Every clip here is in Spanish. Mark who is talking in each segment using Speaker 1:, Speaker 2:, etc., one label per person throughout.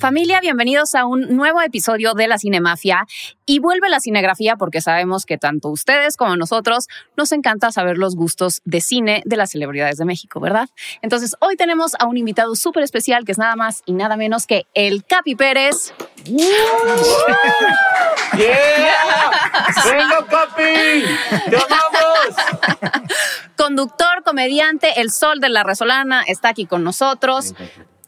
Speaker 1: Familia, bienvenidos a un nuevo episodio de La Cinemafia y vuelve la cinegrafía porque sabemos que tanto ustedes como nosotros nos encanta saber los gustos de cine de las celebridades de México, ¿verdad? Entonces hoy tenemos a un invitado súper especial que es nada más y nada menos que el Capi Pérez.
Speaker 2: ¡Yeah! ¡Venga, papi! ¡Te amamos!
Speaker 1: Conductor, comediante, el sol de la Resolana está aquí con nosotros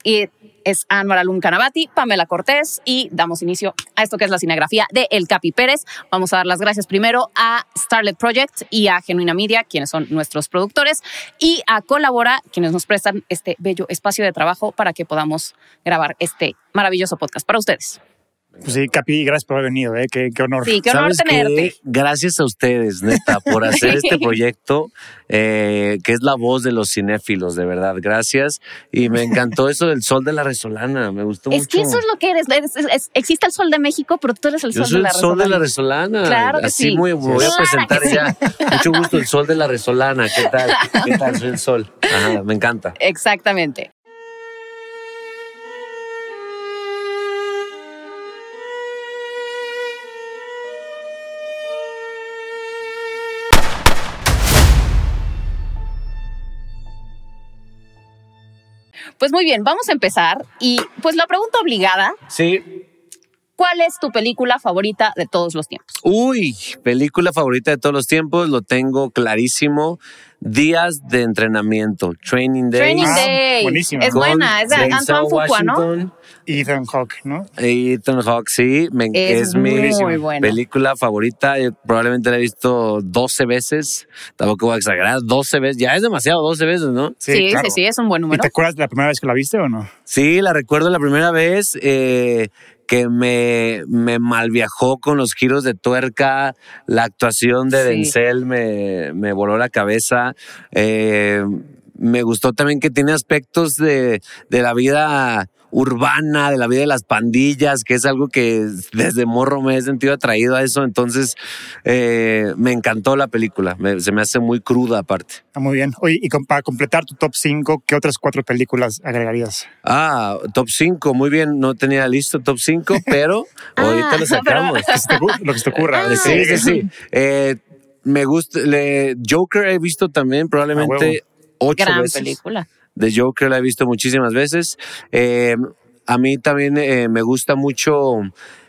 Speaker 1: y es Anwar Alun Canabati, Pamela Cortés y damos inicio a esto que es la cinegrafía de El Capi Pérez. Vamos a dar las gracias primero a Starlet Project y a Genuina Media, quienes son nuestros productores, y a Colabora, quienes nos prestan este bello espacio de trabajo para que podamos grabar este maravilloso podcast para ustedes.
Speaker 3: Pues sí, Capi, gracias por haber venido, ¿eh? qué, qué honor.
Speaker 1: Sí, qué honor tenerte.
Speaker 4: Qué? Gracias a ustedes, neta, por hacer este proyecto, eh, que es la voz de los cinéfilos, de verdad. Gracias. Y me encantó eso del sol de la resolana, me gustó
Speaker 1: es
Speaker 4: mucho.
Speaker 1: que eso es lo que eres. eres- es- es- existe el sol de México, pero tú eres el
Speaker 4: Yo
Speaker 1: sol
Speaker 4: soy
Speaker 1: de
Speaker 4: el
Speaker 1: la
Speaker 4: sol de la
Speaker 1: Resolana.
Speaker 4: resolana.
Speaker 1: Claro que
Speaker 4: Así
Speaker 1: sí.
Speaker 4: muy, me voy a
Speaker 1: Claro
Speaker 4: presentar
Speaker 1: que sí.
Speaker 4: ya. Mucho gusto, el sol de la resolana. ¿Qué tal? ¿Qué tal? Soy el sol. Ajá, me encanta.
Speaker 1: Exactamente. Pues muy bien, vamos a empezar. Y pues la pregunta obligada,
Speaker 4: Sí.
Speaker 1: ¿cuál es tu película favorita de todos los tiempos?
Speaker 4: Uy, película favorita de todos los tiempos, lo tengo clarísimo. Días de entrenamiento, Training Day.
Speaker 1: Training
Speaker 3: Ah,
Speaker 1: Day.
Speaker 3: buenísima.
Speaker 1: Es buena, es de
Speaker 4: Denzel
Speaker 1: Antoine Fuqua, ¿no?
Speaker 4: Washington.
Speaker 3: Ethan Hawke, ¿no?
Speaker 4: Ethan Hawke, sí, me-
Speaker 1: Es
Speaker 4: es, mi
Speaker 1: muy buena.
Speaker 4: película favorita. Eh, Probablemente la he visto 12 veces. Tampoco voy a exagerar, 12 veces. Ya es demasiado, 12 veces, ¿no?
Speaker 1: Sí, sí, sí, es un buen
Speaker 3: ¿Y
Speaker 1: número.
Speaker 3: te acuerdas de la primera vez que la viste o no?
Speaker 4: Sí, la recuerdo la primera vez eh, que me, me malviajó con los giros de tuerca. La actuación de
Speaker 1: Sí.
Speaker 4: Denzel me, me voló la cabeza. Eh, me gustó también que tiene aspectos de, de la vida urbana, de la vida de las pandillas, que es algo que desde morro me he sentido atraído a eso. Entonces, eh, me encantó la película. Me- se me hace muy cruda aparte.
Speaker 3: Ah, muy bien. Oye, y com- para completar tu top 5, ¿qué otras cuatro películas agregarías?
Speaker 4: Ah, top 5, muy bien, no tenía listo top 5, pero
Speaker 1: Ah,
Speaker 4: ahorita lo sacamos.
Speaker 3: Lo que se te ocur- Lo que se te ocurra.
Speaker 1: Ah,
Speaker 4: Sí, sí, sí. Eh, me gusta, le- Joker he visto también
Speaker 3: A huevo.
Speaker 4: probablemente ocho
Speaker 1: Gran
Speaker 4: veces.
Speaker 1: película.
Speaker 4: De Joker la he visto muchísimas veces. Eh, a mí también eh, me gusta mucho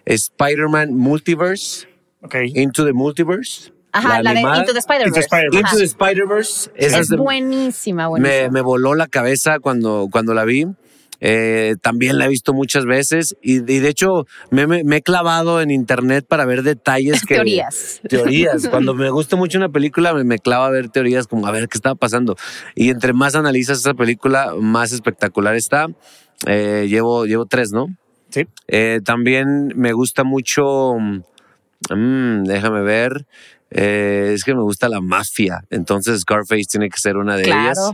Speaker 4: Spider-Man Multiverse,
Speaker 3: Ok.
Speaker 4: Into the Multiverse.
Speaker 1: Ajá, la, de
Speaker 4: animada.
Speaker 1: Into the Spider-Verse.
Speaker 3: Into Spider-Verse.
Speaker 1: Ajá.
Speaker 4: Into the Spider-Verse. Esa
Speaker 1: Es
Speaker 4: de-
Speaker 1: buenísima,
Speaker 4: me,
Speaker 1: buenísima.
Speaker 4: me voló la cabeza cuando, cuando la vi. Eh, también la he visto muchas veces y, y de hecho me, me- me he clavado en internet para ver detalles que...
Speaker 1: Teorías.
Speaker 4: Teorías. Cuando me gusta mucho una película me, me clava a ver teorías como a ver qué estaba pasando. Y entre más analizas esa película, más espectacular está. Eh, llevo, llevo tres, ¿no?
Speaker 3: Sí.
Speaker 4: Eh, también me gusta mucho. mm, déjame ver. eh, es que me gusta la mafia. Entonces Scarface tiene que ser una de
Speaker 1: Claro.
Speaker 4: ellas.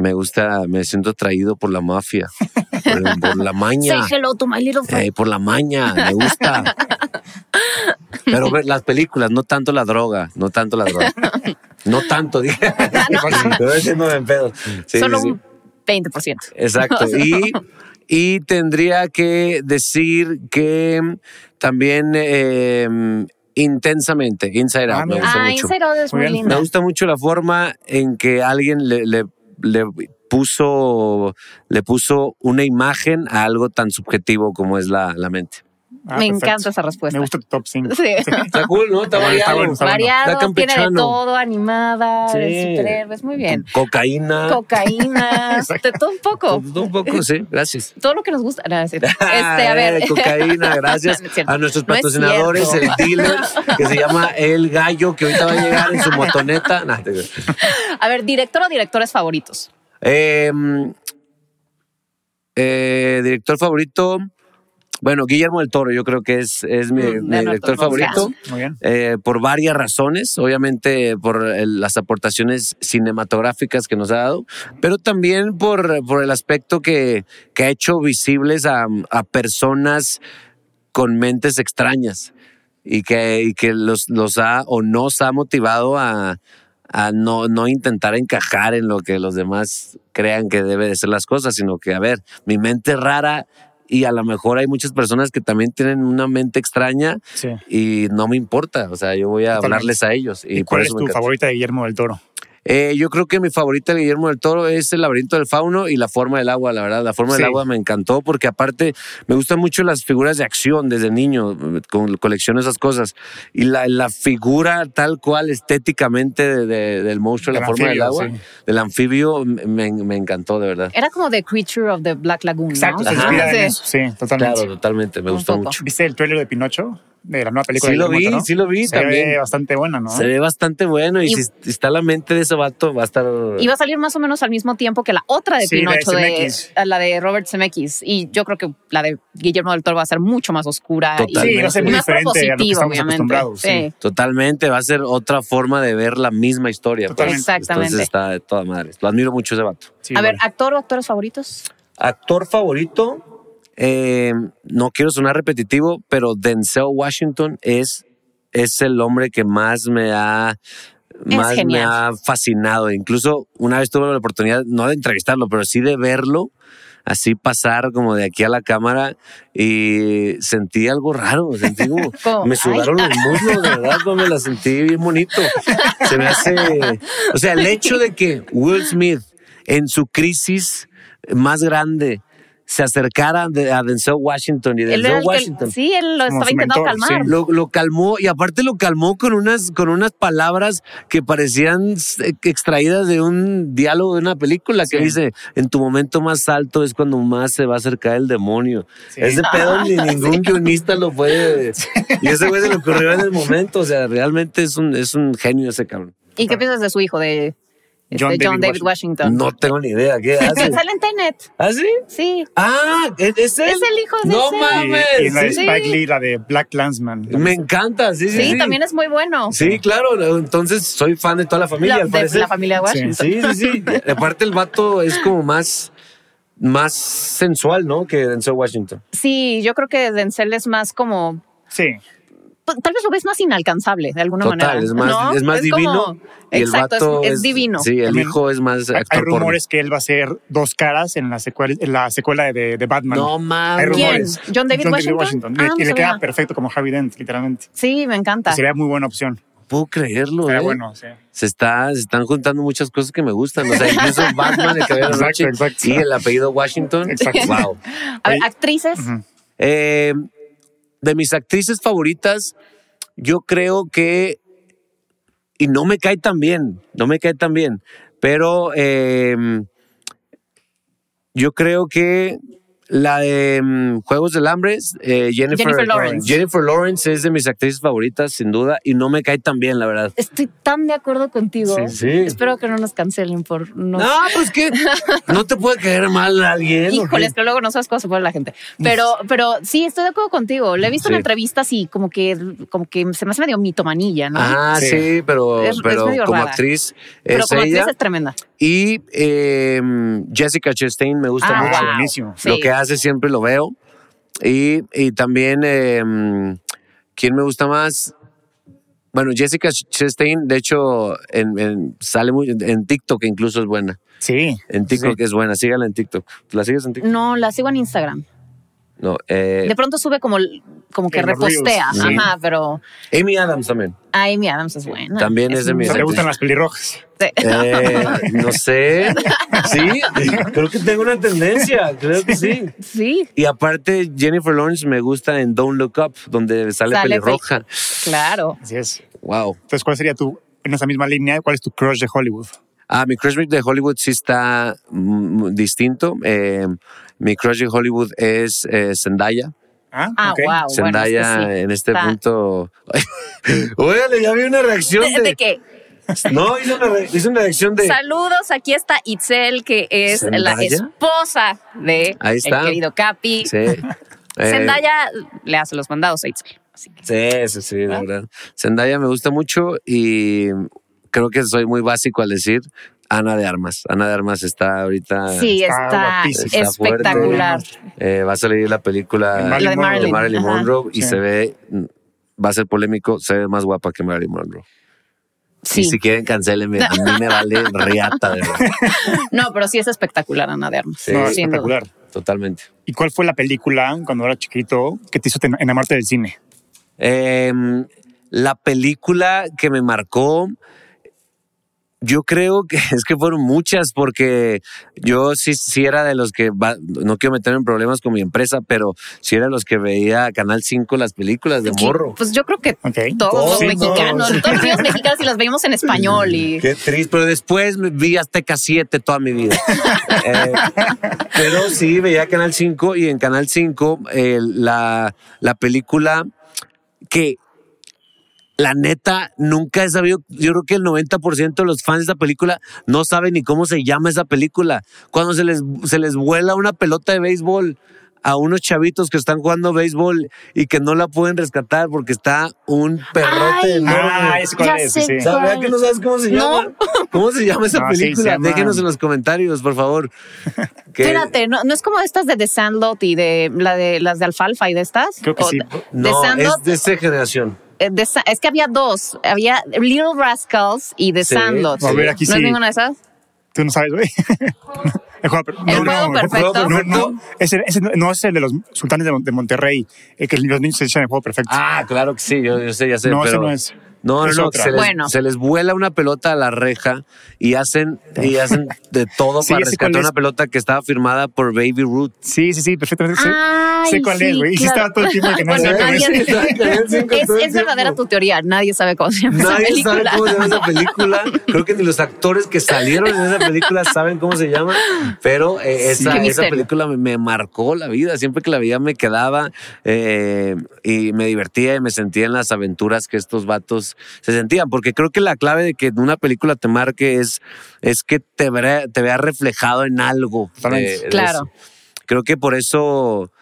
Speaker 4: Me gusta, me siento atraído por la mafia. por, por la maña.
Speaker 1: Say hello to my little friend.
Speaker 4: Eh, por la maña, me gusta. Pero ver las películas, no tanto la droga, no tanto la droga. No tanto, dije. Pero ese no me empedo. Sí,
Speaker 1: Ah, Solo
Speaker 4: sí, sí.
Speaker 1: un 20%.
Speaker 4: Exacto. Y, y tendría que decir que también eh, intensamente, Inside
Speaker 3: Ah,
Speaker 4: Out, me
Speaker 3: mira.
Speaker 4: gusta
Speaker 1: Ah,
Speaker 4: mucho.
Speaker 1: Inside Out es
Speaker 3: Muy
Speaker 1: muy
Speaker 3: bien.
Speaker 4: Me
Speaker 1: linda.
Speaker 4: gusta mucho la forma en que alguien le, le- le puso, le puso una imagen a algo tan subjetivo como es la, la mente.
Speaker 3: Ah,
Speaker 1: me
Speaker 3: perfecto.
Speaker 1: encanta esa respuesta.
Speaker 3: Me gusta tu top 5.
Speaker 1: Sí.
Speaker 4: Está cool, ¿no? Está
Speaker 3: Está
Speaker 4: variado.
Speaker 3: bueno, está bueno.
Speaker 4: Está
Speaker 1: Variado, tiene de
Speaker 4: campechano.
Speaker 1: todo, animada, de
Speaker 4: Sí. Ah.
Speaker 1: superhéroes, muy bien.
Speaker 4: Cocaína.
Speaker 1: Cocaína, de todo un poco.
Speaker 4: un poco, sí, gracias.
Speaker 1: Todo lo que nos gusta. Nada, es
Speaker 4: Ah,
Speaker 1: cierto. Este, a ver.
Speaker 4: eh, Cocaína, gracias
Speaker 1: No es cierto.
Speaker 4: a nuestros
Speaker 1: No es
Speaker 4: patrocinadores, el
Speaker 1: cierto.
Speaker 4: dealer que se llama El Gallo, que ahorita va a llegar en su motoneta. Nah, te-
Speaker 1: A ver, director o directores favoritos.
Speaker 4: Em, eh, director favorito, Bueno, Guillermo del Toro, yo creo que es, es mi,
Speaker 1: Mm,
Speaker 4: mi
Speaker 1: Leonardo
Speaker 4: director
Speaker 1: Cohen.
Speaker 4: favorito.
Speaker 3: Muy bien.
Speaker 4: eh, por varias razones, obviamente por el- las aportaciones cinematográficas que nos ha dado, pero también por, por el aspecto que, que ha hecho visibles a, a personas con mentes extrañas y que, y que los, los ha o nos ha motivado a, a no, no intentar encajar en lo que los demás crean que debe de ser las cosas, sino que, a ver, mi mente es rara y a lo mejor hay muchas personas que también tienen una mente extraña
Speaker 3: Sí.
Speaker 4: y no me importa. O sea, yo voy a
Speaker 3: Totalmente.
Speaker 4: hablarles a ellos. ¿Y,
Speaker 3: ¿Y
Speaker 4: por
Speaker 3: cuál
Speaker 4: eso
Speaker 3: es
Speaker 4: me
Speaker 3: tu
Speaker 4: encanta.
Speaker 3: favorita de Guillermo del Toro?
Speaker 4: Eh, yo creo que mi favorita de Guillermo del Toro es El laberinto del fauno y La forma del agua, la verdad. La forma
Speaker 3: Sí.
Speaker 4: del agua me encantó porque aparte me gustan mucho las figuras de acción desde niño, con, colecciono esas cosas. Y la, la figura tal cual estéticamente de- de- del monstruo,
Speaker 3: Del
Speaker 4: La forma del
Speaker 3: anfibio,
Speaker 4: agua, del anfibio, me, me encantó, de verdad.
Speaker 1: Era como The Creature of the Black Lagoon.
Speaker 3: Exacto,
Speaker 1: ¿no?
Speaker 3: se
Speaker 4: Ajá.
Speaker 3: inspira
Speaker 1: Ah, Sí.
Speaker 3: en eso. Sí, totalmente.
Speaker 4: Claro, totalmente, me
Speaker 1: Un
Speaker 4: gustó
Speaker 1: poco.
Speaker 4: mucho.
Speaker 3: ¿Viste el trailer de Pinocho? De la nueva película.
Speaker 4: Sí
Speaker 3: de
Speaker 4: lo
Speaker 3: Guillermo
Speaker 4: vi,
Speaker 3: del Toro.
Speaker 4: sí lo vi
Speaker 3: Se ve
Speaker 4: también.
Speaker 3: bastante buena, ¿no?
Speaker 4: Se ve bastante bueno y,
Speaker 1: Y-
Speaker 4: si está la mente de ese vato va a estar...
Speaker 1: Iba a salir más o menos al mismo tiempo que la otra de
Speaker 3: Sí, la de
Speaker 1: Pinocho, de
Speaker 3: Zemeckis.
Speaker 1: la de Robert Zemeckis. Y yo creo que la de Guillermo del Toro va a ser mucho más oscura. y-
Speaker 4: Totalmente.
Speaker 3: Sí, va a ser muy
Speaker 1: más
Speaker 3: diferente a lo que
Speaker 1: propositiva,
Speaker 3: estamos
Speaker 1: obviamente.
Speaker 3: acostumbrados. sí.
Speaker 1: Sí.
Speaker 4: Totalmente, va a ser otra forma de ver la misma historia. pues.
Speaker 3: Totalmente.
Speaker 1: Exactamente.
Speaker 4: Entonces está de toda madre. Lo admiro mucho ese vato.
Speaker 3: Sí,
Speaker 1: a ver,
Speaker 3: igual.
Speaker 1: actor o actores favoritos.
Speaker 4: Actor favorito, eh, no quiero sonar repetitivo, pero Denzel Washington es, es el hombre que más me ha
Speaker 1: Es
Speaker 4: más me
Speaker 1: genial.
Speaker 4: ha fascinado. Incluso una vez tuve la oportunidad, no de entrevistarlo, pero sí de verlo, así pasar como de aquí a la cámara y sentí algo raro. Sentí como,
Speaker 1: Como,
Speaker 4: me sudaron los muslos, de verdad, no me la sentí bien bonito. Se me hace. O sea, el hecho de que Will Smith en su crisis más grande se acercara de- a Denzel Washington y
Speaker 1: Él era
Speaker 4: Denzel
Speaker 1: el que-
Speaker 4: Washington
Speaker 1: sí, él lo
Speaker 3: Como
Speaker 1: estaba
Speaker 3: su
Speaker 1: intentando
Speaker 3: mentor,
Speaker 1: calmar.
Speaker 3: sí.
Speaker 4: lo, lo calmó y aparte lo calmó con unas, con unas palabras que parecían eh, extraídas de un diálogo de una película que
Speaker 3: Sí.
Speaker 4: dice, en tu momento más alto es cuando más se va a acercar el demonio.
Speaker 3: Sí.
Speaker 4: Ese pedo ni ningún guionista lo puede... Y ese güey se le ocurrió en el momento, o sea, realmente es un, es un genio ese cabrón.
Speaker 1: ¿Y qué piensas de su hijo, de este, John,
Speaker 3: John David
Speaker 1: David Washington?
Speaker 4: No tengo ni idea, ¿qué hace?
Speaker 1: Sale en Tenet,
Speaker 4: ¿Ah, sí?
Speaker 1: sí.
Speaker 4: Ah, ¿es, es él?
Speaker 1: Es el hijo de
Speaker 4: No
Speaker 1: ese.
Speaker 4: mames.
Speaker 1: pues,
Speaker 3: Y, y la de
Speaker 4: sí.
Speaker 3: Spike Lee, la de Black Landsman.
Speaker 4: Me encanta, sí, sí.
Speaker 1: Sí, también es muy bueno.
Speaker 4: Sí, claro. Entonces soy fan de toda la familia.
Speaker 1: la,
Speaker 4: al
Speaker 1: de-
Speaker 4: parecer.
Speaker 1: la familia de Washington.
Speaker 4: Sí, sí, sí. Aparte, el vato es como más, más sensual, ¿no? Que Denzel Washington.
Speaker 1: Sí, yo creo que Denzel es más como.
Speaker 3: Sí.
Speaker 1: pues, Tal vez lo ves más inalcanzable de alguna
Speaker 4: Total,
Speaker 1: manera.
Speaker 4: es más,
Speaker 1: ¿no?
Speaker 4: es más
Speaker 1: como-
Speaker 4: divino. y
Speaker 1: exacto,
Speaker 4: el vato
Speaker 1: es, es divino.
Speaker 4: Sí, el
Speaker 3: También
Speaker 4: hijo es más
Speaker 3: Hay- Hay
Speaker 4: actor porno.
Speaker 3: rumores que él va a ser dos caras en la secuela, en la secuela de, de Batman.
Speaker 4: No
Speaker 3: Hay
Speaker 4: mames.
Speaker 1: ¿Quién?
Speaker 3: rumores.
Speaker 1: ¿John David Washington?
Speaker 3: Y-
Speaker 1: Ah, no
Speaker 3: y le
Speaker 1: sabía.
Speaker 3: queda perfecto como Harvey Dent, literalmente.
Speaker 1: Sí, me encanta.
Speaker 3: Sería muy buena opción.
Speaker 4: Puedo creerlo,
Speaker 3: Sería
Speaker 4: ¿eh?
Speaker 3: bueno, sí.
Speaker 4: Se, está, se están juntando muchas cosas que me gustan. O sea, incluso Batman, el cabello de la
Speaker 3: Exacto,
Speaker 4: noche
Speaker 3: exacto.
Speaker 4: y el apellido Washington.
Speaker 3: Exacto.
Speaker 4: Wow.
Speaker 1: A ver, actrices.
Speaker 3: Ujú.
Speaker 4: Eh, de mis actrices favoritas, yo creo que. Y no me cae tan bien, no me cae tan bien. Pero eh, yo creo que la de mm, Juegos del Hambre, eh, Jennifer,
Speaker 1: Jennifer Lawrence.
Speaker 4: Jennifer Lawrence es de mis actrices favoritas, sin duda, y no me cae tan bien, la verdad.
Speaker 1: Estoy tan de acuerdo contigo.
Speaker 4: Sí, sí.
Speaker 1: Espero que no nos cancelen por no.
Speaker 4: No, pues que no te puede caer mal alguien. ¿o qué?
Speaker 1: Híjole, es que luego no sabes cómo se pone la gente. Pero, pero sí, estoy de acuerdo contigo. Le he visto en
Speaker 4: Sí.
Speaker 1: entrevistas y como que, como que se me hace medio mitomanilla, ¿no?
Speaker 4: Ah, sí,
Speaker 3: Sí.
Speaker 4: pero,
Speaker 1: Es- es
Speaker 4: pero
Speaker 1: medio
Speaker 4: como
Speaker 1: rara.
Speaker 4: actriz
Speaker 1: pero
Speaker 4: es
Speaker 1: como
Speaker 4: ella.
Speaker 1: actriz es tremenda.
Speaker 4: Y eh, Jessica Chastain me gusta
Speaker 1: Ah,
Speaker 4: mucho.
Speaker 1: wow.
Speaker 3: buenísimo.
Speaker 1: Sí.
Speaker 4: Lo que hace siempre lo veo. Y, y también, eh, ¿quién me gusta más? Bueno, Jessica Chastain, de hecho, en, en- sale muy, en TikTok incluso es buena.
Speaker 3: Sí.
Speaker 4: En TikTok
Speaker 3: Sí.
Speaker 4: es buena, sígala en TikTok. ¿La sigues en TikTok?
Speaker 1: No, la sigo en Instagram.
Speaker 4: No. eh,
Speaker 1: De pronto sube como, como que
Speaker 3: En los reels.
Speaker 1: repostea.
Speaker 4: Sí.
Speaker 1: Ajá, pero
Speaker 4: Amy Adams también.
Speaker 1: Amy Adams es buena.
Speaker 4: También es de
Speaker 3: O
Speaker 4: mis
Speaker 3: sea, te
Speaker 4: actrices.
Speaker 3: gustan las pelirrojas.
Speaker 1: Sí.
Speaker 4: Eh, no sé. Sí, creo que tengo una tendencia, creo que sí.
Speaker 1: Sí,
Speaker 4: Y aparte, Jennifer Lawrence me gusta en Don't Look Up, donde sale,
Speaker 1: Sale
Speaker 4: pelirroja.
Speaker 1: claro.
Speaker 3: Así es.
Speaker 4: Wow.
Speaker 3: Entonces, ¿cuál sería tu, en esa misma línea, cuál es tu crush de Hollywood?
Speaker 4: Ah, mi crush de Hollywood sí está mm, distinto. Eh, mi crush de Hollywood es eh, Zendaya.
Speaker 1: Ah,
Speaker 3: ok.
Speaker 1: wow. bueno, es que
Speaker 4: Zendaya
Speaker 1: sí.
Speaker 4: en este
Speaker 1: Está-
Speaker 4: punto. Oye, ya vi una reacción
Speaker 1: De,
Speaker 4: de.
Speaker 1: de que
Speaker 4: No, hice una, re- hice una reacción de.
Speaker 1: saludos, aquí está Itzel, que es la
Speaker 4: ¿Zendaya?
Speaker 1: esposa de
Speaker 4: Ahí
Speaker 1: el
Speaker 4: está.
Speaker 1: querido Capi.
Speaker 4: Sí. Eh,
Speaker 1: Zendaya le hace los mandados a Itzel. Así que
Speaker 4: Sí, sí, sí, la verdad. Zendaya me gusta mucho y creo que soy muy básico al decir Ana de Armas. Ana de Armas Ah, está ahorita.
Speaker 1: sí,
Speaker 3: está
Speaker 1: está,
Speaker 3: guapísima.
Speaker 4: Está fuerte.
Speaker 1: espectacular.
Speaker 4: eh, va a salir la película
Speaker 3: La de Marilyn.
Speaker 4: Marilyn
Speaker 1: Ajá.
Speaker 4: Monroe y
Speaker 3: Sí.
Speaker 4: se ve, mm, va a ser polémico, se ve más guapa que Marilyn Monroe.
Speaker 1: Sí.
Speaker 4: Y si quieren, cancelenme. A mí me vale riata, de verdad.
Speaker 1: No, pero sí es espectacular, Ana de Armas.
Speaker 4: Sí.
Speaker 3: No,
Speaker 1: sin duda.
Speaker 3: espectacular.
Speaker 4: Totalmente.
Speaker 3: ¿Y cuál fue la película cuando era chiquito que te hizo te- enamorarte del cine?
Speaker 4: Eh, la película que me marcó, yo creo que es que fueron muchas, porque yo sí, sí era de los que, va- no quiero meterme en problemas con mi empresa, pero sí era de los que veía Canal 5 las películas de
Speaker 1: Sí,
Speaker 4: morro.
Speaker 1: Pues yo creo que
Speaker 3: Ok.
Speaker 1: todos los
Speaker 4: Todos.
Speaker 1: mexicanos, todos los mexicanos y las veíamos en español y
Speaker 4: Qué triste. Pero después me vi Azteca 7 toda mi vida. Eh, pero sí, veía Canal 5 y en Canal 5 eh, la, la película que la neta nunca he sabido, yo creo que el 90% de los fans de esa película no saben ni cómo se llama esa película. Cuando se les, se les vuela una pelota de béisbol a unos chavitos que están jugando béisbol y que no la pueden rescatar porque está un perrote
Speaker 1: Ay,
Speaker 4: enorme.
Speaker 3: Ah, es cuál
Speaker 1: Ya
Speaker 3: es.
Speaker 1: sé.
Speaker 3: sí.
Speaker 4: ¿Sabes ¿Verdad que no sabes cómo se
Speaker 1: No.
Speaker 4: llama? ¿Cómo se llama esa
Speaker 3: No, sí,
Speaker 4: película?
Speaker 3: se llama-
Speaker 4: Déjenos en los comentarios, por favor. Que-
Speaker 1: Espérate, ¿no, no es como estas de The Sandlot y de la de las de Alfalfa y de estas?
Speaker 3: Creo que
Speaker 1: O
Speaker 3: sí.
Speaker 1: de-
Speaker 4: No,
Speaker 1: de Sandlot,
Speaker 4: es de esta generación.
Speaker 1: eh, de Sa- es que había dos, había Little Rascals y The
Speaker 4: Sí.
Speaker 1: Sandlot.
Speaker 3: A ver, aquí
Speaker 1: ¿No
Speaker 3: sí.
Speaker 1: es ninguna de esas?
Speaker 3: Tú no sabes, güey. El juego, per-
Speaker 1: El juego perfecto.
Speaker 3: No, no. Ese, ese no- no es el de los sultanes de, Mon- de Monterrey, el que los niños se echan el juego perfecto.
Speaker 4: Ah, claro que sí, yo, yo sé, ya sé.
Speaker 3: No,
Speaker 4: pero-
Speaker 3: esa no es.
Speaker 4: No, no,
Speaker 3: Es
Speaker 4: no,
Speaker 3: otra.
Speaker 4: se les,
Speaker 1: Bueno.
Speaker 4: se les vuela una pelota a la reja y hacen, y hacen de todo
Speaker 3: Sí,
Speaker 4: para
Speaker 3: ya sé cuál
Speaker 4: rescatar una
Speaker 3: es.
Speaker 4: pelota que estaba firmada por Baby Ruth.
Speaker 3: Sí, sí, sí, perfectamente. sé-
Speaker 1: Ay,
Speaker 3: sé cuál es,
Speaker 1: sí,
Speaker 3: güey. Y sí
Speaker 1: claro.
Speaker 3: estaba todo el tiempo que no
Speaker 1: Bueno,
Speaker 3: sabía
Speaker 1: nadie-
Speaker 3: cuál es.
Speaker 1: Es, es verdadera tu teoría, nadie sabe cómo se llama esa
Speaker 4: Nadie sabe
Speaker 1: película.
Speaker 4: cómo se llama esa película. Creo que ni los actores que salieron en esa película saben cómo se llama. Pero eh,
Speaker 1: Sí.
Speaker 4: esa,
Speaker 1: Qué
Speaker 4: esa
Speaker 1: misterio.
Speaker 4: película me, me marcó la vida. Siempre que la veía me quedaba eh, y me divertía y me sentía en las aventuras que estos vatos se sentían. Porque creo que la clave de que una película te marque es, es que te, vea- te vea reflejado en algo.
Speaker 3: Totalmente.
Speaker 4: de- de
Speaker 1: Claro.
Speaker 4: eso. Creo que por eso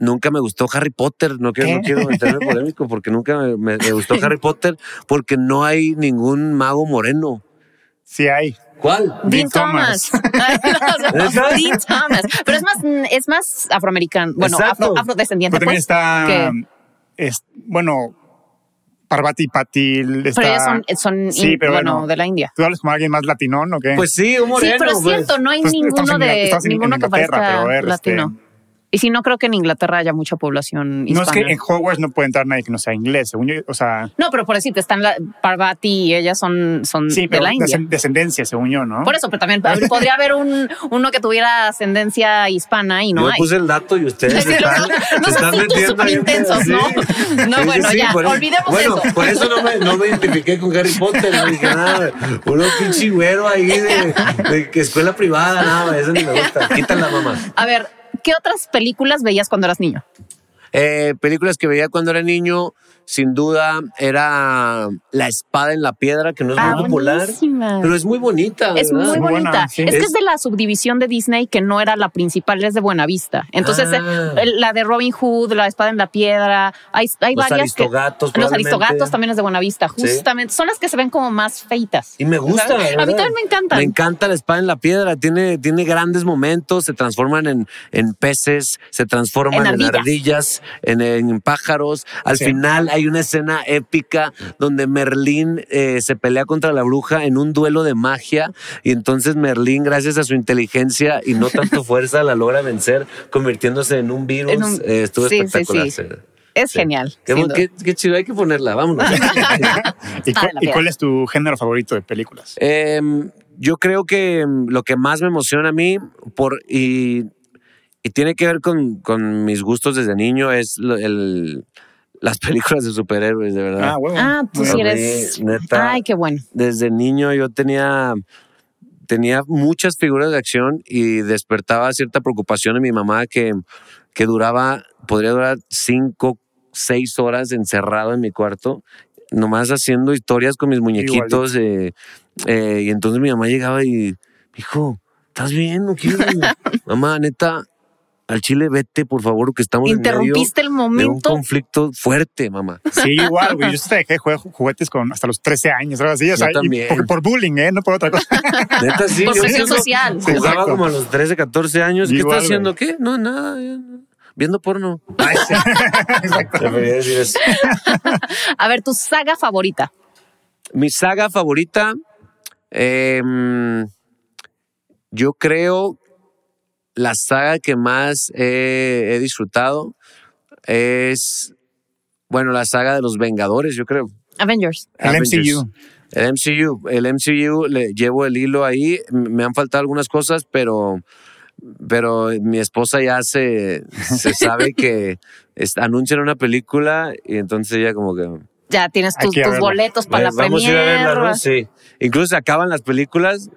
Speaker 4: nunca me gustó Harry Potter. No quiero, no
Speaker 3: ¿Qué?
Speaker 4: quiero meterme polémico porque nunca me, me- me gustó Harry Potter porque no hay ningún mago moreno.
Speaker 3: Sí, hay.
Speaker 4: ¿Cuál?
Speaker 1: Dean
Speaker 3: Dean
Speaker 1: Thomas. No, no,
Speaker 4: ¿Esa?
Speaker 1: Dean Thomas. Pero es más, es más afroamericano. Bueno,
Speaker 4: Exacto.
Speaker 1: afro- afrodescendiente.
Speaker 3: Pero también
Speaker 1: pues.
Speaker 3: está.
Speaker 1: ¿Qué?
Speaker 3: es- bueno, Parvati Patil. Está,
Speaker 1: Pero ellos son, son
Speaker 3: Sí,
Speaker 1: in-
Speaker 3: pero
Speaker 1: bueno,
Speaker 3: bueno.
Speaker 1: de la India.
Speaker 3: ¿Tú hablas como alguien más latinón o qué?
Speaker 4: Pues sí, un
Speaker 1: Sí,
Speaker 4: moreno.
Speaker 1: pero es
Speaker 4: pues.
Speaker 1: cierto, no hay
Speaker 3: Pues
Speaker 1: ninguno
Speaker 3: estamos en Inglaterra-
Speaker 1: de
Speaker 3: estamos en-
Speaker 1: ninguno
Speaker 3: en
Speaker 1: que
Speaker 3: Inglaterra,
Speaker 1: parezca
Speaker 3: pero a ver, este,
Speaker 1: latino. Y si no creo que en Inglaterra haya mucha población
Speaker 3: no
Speaker 1: hispana.
Speaker 3: es que en Hogwarts no puede entrar nadie que no sea inglés, según yo. O sea,
Speaker 1: No, pero por decirte, están la, Parvati y ellas son, son
Speaker 3: sí,
Speaker 1: Mm, de
Speaker 3: pero
Speaker 1: la India.
Speaker 3: descend- descendencia, según yo, ¿no?
Speaker 1: Por eso, pero también podría haber un, uno que tuviera ascendencia hispana y no
Speaker 4: Yo
Speaker 1: hay.
Speaker 4: puse el dato y ustedes se están,
Speaker 1: no
Speaker 4: se están
Speaker 1: son puntos
Speaker 4: metiendo
Speaker 1: súper
Speaker 4: ahí.
Speaker 1: intensos, ¿no?
Speaker 4: Sí.
Speaker 1: No,
Speaker 4: Sí, sí,
Speaker 1: bueno,
Speaker 4: sí,
Speaker 1: ya,
Speaker 4: por eso-
Speaker 1: olvidemos
Speaker 4: bueno,
Speaker 1: eso.
Speaker 4: Por eso no me, no me identifiqué con Harry Potter. No dije nada, uno pinche güero ahí de, de que escuela privada, nada, eso ni me gusta. Quítala, mamá.
Speaker 1: A ver, ¿qué otras películas veías cuando eras niño?
Speaker 4: Eh, películas que veía cuando era niño, sin duda, era La espada en la piedra, que no es
Speaker 1: Ah,
Speaker 4: muy popular,
Speaker 1: buenísima.
Speaker 4: pero es muy bonita.
Speaker 1: Es muy
Speaker 4: ¿verdad?
Speaker 3: buena,
Speaker 1: bonita.
Speaker 3: sí.
Speaker 1: Es que
Speaker 4: Es-
Speaker 1: es de la subdivisión de Disney que no era la principal, es de Buenavista. Entonces,
Speaker 4: Ah.
Speaker 1: eh, la de Robin Hood, la espada en la piedra, hay, hay
Speaker 4: Los
Speaker 1: varias. que-
Speaker 4: Aristogatos,
Speaker 1: los
Speaker 4: probablemente.
Speaker 1: aristogatos también es de Buenavista, justamente. Son las que se ven como más feitas.
Speaker 4: Y me gusta.
Speaker 1: ¿Sabes? A mí
Speaker 4: ¿verdad?
Speaker 1: también me encantan.
Speaker 4: Me encanta la espada en la piedra. Tiene, tiene grandes momentos. Se transforman en, en peces, se
Speaker 1: En
Speaker 4: transforman en,
Speaker 1: ardillas.
Speaker 4: ardillas, en, en pájaros. Al
Speaker 3: Sí.
Speaker 4: final hay una escena épica donde Merlín eh, se pelea contra la bruja en un duelo de magia. Y entonces Merlín, gracias a su inteligencia y no tanto fuerza, la logra vencer, convirtiéndose en un virus.
Speaker 1: En un-
Speaker 4: Eh, estuvo
Speaker 1: sí, sí,
Speaker 4: espectacular.
Speaker 1: sí. Es
Speaker 4: Sí.
Speaker 1: genial.
Speaker 4: Qué,
Speaker 1: sin
Speaker 4: bon-
Speaker 1: duda.
Speaker 4: qué- qué chido, hay que ponerla. Vámonos.
Speaker 3: ¿Y,
Speaker 1: Espada
Speaker 3: cu-
Speaker 1: en la
Speaker 3: y
Speaker 1: piedra.
Speaker 3: cuál es tu género favorito de películas?
Speaker 4: Em, yo creo que em, lo que más me emociona a mí por, y, y tiene que ver con, con mis gustos desde niño es lo- el- las películas de superhéroes, de verdad.
Speaker 3: Ah, huevo.
Speaker 1: Ah, tú
Speaker 3: Bueno,
Speaker 1: sí
Speaker 4: Hombre,
Speaker 1: eres.
Speaker 4: neta.
Speaker 1: Ay, qué bueno.
Speaker 4: Desde niño yo tenía, tenía muchas figuras de acción y despertaba cierta preocupación en mi mamá que, que duraba, podría durar cinco, seis horas encerrado en mi cuarto, nomás haciendo historias con mis muñequitos. eh, eh, y entonces mi mamá llegaba y, hijo, ¿estás bien? ¿No quieres?" mamá, neta, al Chile, vete, por favor, que estamos
Speaker 1: Interrumpiste el
Speaker 4: en medio de un
Speaker 1: momento.
Speaker 4: conflicto fuerte, mamá.
Speaker 3: Sí, igual, güey. Yo hasta dejé de jugar juguetes con hasta los 13 años, algo así. O sea,
Speaker 4: Yo
Speaker 3: y
Speaker 4: también.
Speaker 3: por, por bullying, ¿eh? No por otra cosa.
Speaker 4: Neta, sí.
Speaker 1: Por
Speaker 4: yo
Speaker 1: presión
Speaker 4: siendo-
Speaker 1: social.
Speaker 3: Sí,
Speaker 4: Jugaba
Speaker 3: exacto.
Speaker 4: como a los 13, 14 años. ¿Qué
Speaker 3: Igual,
Speaker 4: estás haciendo?
Speaker 3: güey.
Speaker 4: ¿Qué? No, nada. ya, no. Viendo porno. Debería decir eso.
Speaker 1: A ver, tu saga favorita.
Speaker 4: Mi saga favorita, em, yo creo la saga que más eh, he disfrutado es, bueno, la saga de los Vengadores, yo creo.
Speaker 1: Avengers.
Speaker 3: El
Speaker 4: Avengers.
Speaker 3: MCU.
Speaker 4: El MCU, el MCU, le llevo el hilo ahí. M- Me han faltado algunas cosas, pero, pero mi esposa ya se, se sabe que es- anuncian una película y entonces ella como que...
Speaker 1: Ya tienes
Speaker 3: Hay
Speaker 1: tus,
Speaker 3: que
Speaker 1: tus
Speaker 3: verla.
Speaker 1: boletos para la
Speaker 4: "Ve- vamos a ir a verla, ¿no?
Speaker 1: premiere.
Speaker 4: Sí. Incluso se acaban las películas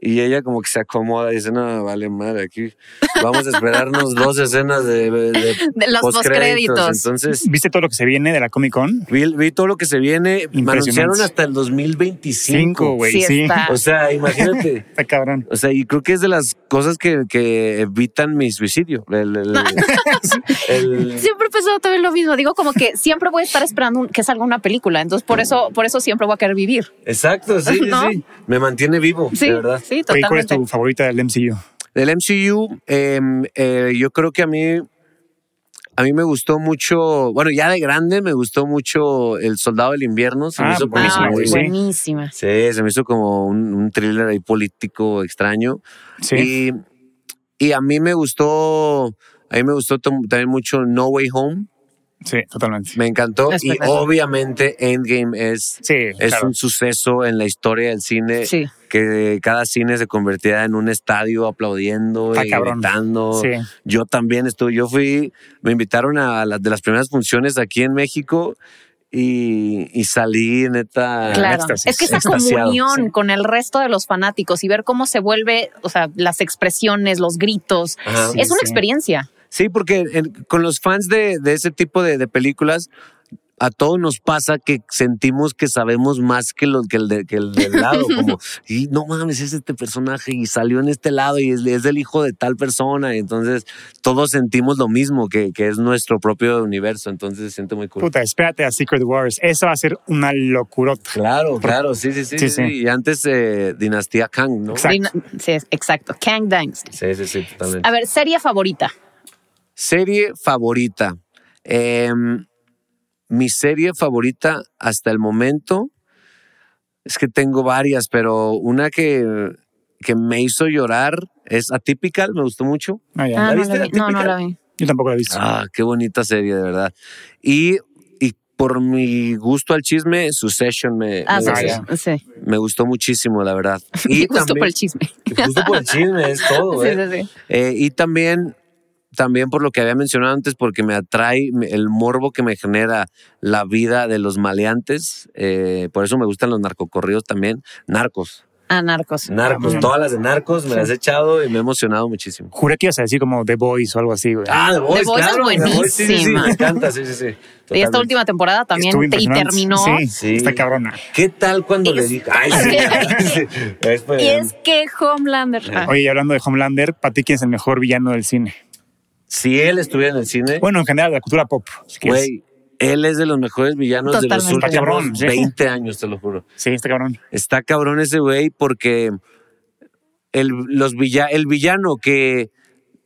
Speaker 4: y ella como que se acomoda y dice, no, vale madre, aquí vamos a esperarnos dos escenas de, de, de
Speaker 1: De los
Speaker 4: postcréditos".
Speaker 1: postcréditos.
Speaker 4: Entonces...
Speaker 3: ¿Viste todo lo que se viene de la Comic Con?
Speaker 4: Vi, vi todo lo que se viene. Me
Speaker 3: Impresionante.
Speaker 4: anunciaron hasta el 2025.
Speaker 3: Cinco, güey.
Speaker 1: Sí
Speaker 3: Sí,
Speaker 1: está.
Speaker 4: O sea, imagínate.
Speaker 3: Está cabrón.
Speaker 4: O sea, y creo que es de las cosas que, que evitan mi suicidio. El, el- el-
Speaker 1: Siempre he pensado también lo mismo. Digo, como que siempre voy a estar esperando un- que salga una película. Entonces, por eso, por eso siempre voy a querer vivir.
Speaker 4: exacto, sí, sí,
Speaker 1: ¿No?
Speaker 4: sí. Me mantiene vivo,
Speaker 1: Sí,
Speaker 4: de verdad.
Speaker 1: sí,
Speaker 3: Oye, ¿Cuál es
Speaker 1: totalmente.
Speaker 3: tu favorita del MCU?
Speaker 4: Del MCU, eh, eh, yo creo que a mí, a mí me gustó mucho, bueno, ya de grande me gustó mucho El Soldado del Invierno. Se me
Speaker 3: Ah,
Speaker 4: hizo como
Speaker 3: buenísima,
Speaker 1: Ah,
Speaker 4: muy-
Speaker 3: güey, sí.
Speaker 1: buenísima.
Speaker 4: Sí, se me hizo como un, un thriller ahí político extraño.
Speaker 3: Sí.
Speaker 4: Y, y a mí me gustó, a mí me gustó tam- también mucho No Way Home.
Speaker 3: Sí, totalmente.
Speaker 4: Me encantó.
Speaker 1: Es
Speaker 4: y
Speaker 1: verdad.
Speaker 4: obviamente Endgame es,
Speaker 3: Sí,
Speaker 4: es
Speaker 3: claro.
Speaker 4: un suceso en la historia del
Speaker 3: Eh,
Speaker 4: cine.
Speaker 1: Sí.
Speaker 4: Que cada cine se convertía en un estadio aplaudiendo
Speaker 3: Está
Speaker 4: y
Speaker 3: cabrón.
Speaker 4: gritando.
Speaker 3: Sí.
Speaker 4: Yo también estuve, yo fui, me invitaron a las de las primeras funciones aquí en México y, y salí, neta.
Speaker 1: Claro.
Speaker 3: éxtasis,
Speaker 1: es que esa
Speaker 4: extasiado,
Speaker 1: comunión
Speaker 3: sí.
Speaker 1: con el resto de los fanáticos y ver cómo se vuelve, o sea, las expresiones, los gritos.
Speaker 4: Ajá.
Speaker 3: Sí,
Speaker 1: es una
Speaker 3: sí.
Speaker 1: experiencia.
Speaker 4: Sí, porque en- con los fans de, de ese tipo de, de películas, a todos nos pasa que sentimos que sabemos más que, los que, el, de- que el del lado. como, y no mames, es este personaje y salió en este lado y es, es el hijo de tal persona. Y entonces todos sentimos lo mismo, que, que es nuestro propio universo. Entonces se siente muy cool.
Speaker 3: Puta, espérate a Secret Wars. Esa va a ser una locurota.
Speaker 4: Claro, claro, sí, sí, sí.
Speaker 3: Sí,
Speaker 4: sí, sí.
Speaker 3: sí.
Speaker 4: Y antes eh, Dinastía Kang, ¿no?
Speaker 3: Exacto.
Speaker 1: Dina- Sí, es- exacto. Kang Dynasty.
Speaker 4: Sí, sí, sí, totalmente.
Speaker 1: A ver, serie favorita.
Speaker 4: Serie favorita. Em, mi serie favorita hasta el momento es que tengo varias, pero una que, que me hizo llorar es Atypical, me gustó mucho.
Speaker 3: Ah, ya.
Speaker 1: Ah, no, la
Speaker 4: viste, la
Speaker 1: vi. no, no
Speaker 4: típica?
Speaker 1: la vi.
Speaker 3: Yo tampoco la he visto.
Speaker 4: Ah, qué bonita serie, de verdad. Y, y por mi gusto al chisme, Succession me,
Speaker 1: Ah,
Speaker 4: me,
Speaker 1: sí,
Speaker 3: no,
Speaker 4: gustó-
Speaker 3: ya.
Speaker 1: sí.
Speaker 4: me gustó muchísimo, la verdad.
Speaker 1: Y justo por el
Speaker 4: también-
Speaker 1: chisme.
Speaker 4: justo por el chisme, es todo.
Speaker 1: Sí,
Speaker 4: ¿eh?
Speaker 1: sí, sí.
Speaker 4: Eh, y también, también por lo que había mencionado antes, porque me atrae me- el morbo que me genera la vida de los maleantes. Eh, por eso me gustan los narcocorridos también. Narcos.
Speaker 1: Ah, narcos.
Speaker 4: Narcos.
Speaker 3: Ah,
Speaker 4: todas las de narcos me las he echado y me he emocionado muchísimo.
Speaker 3: Juré que ibas a decir como The Boys o algo así, güey.
Speaker 4: The
Speaker 1: Boys, Boys es claro, The Boys, sí, sí, sí, buenísima. me
Speaker 4: me encanta, sí, sí, sí.
Speaker 1: Y esta última temporada también
Speaker 3: Estuvo
Speaker 1: te- y
Speaker 3: impresionante.
Speaker 1: terminó.
Speaker 3: Sí,
Speaker 4: Sí.
Speaker 3: está cabrona.
Speaker 4: ¿Qué tal cuando le
Speaker 1: Es-
Speaker 4: dije? Ay, sí. Es pues,
Speaker 1: Y es que Homelander. Ah,
Speaker 3: Em, eh, Oye, y hablando de Homelander, ¿para ti quién es el mejor villano del cine?
Speaker 4: Si él estuviera en el cine,
Speaker 3: Bueno, en general, de la cultura pop. si quieres.
Speaker 4: güey, él es de los mejores villanos de los
Speaker 1: Totalmente.
Speaker 4: últimos
Speaker 3: Cabrón, sí.
Speaker 4: 20 años, te lo juro.
Speaker 3: Sí, está cabrón.
Speaker 4: Está cabrón ese güey porque el, los villa, el villano que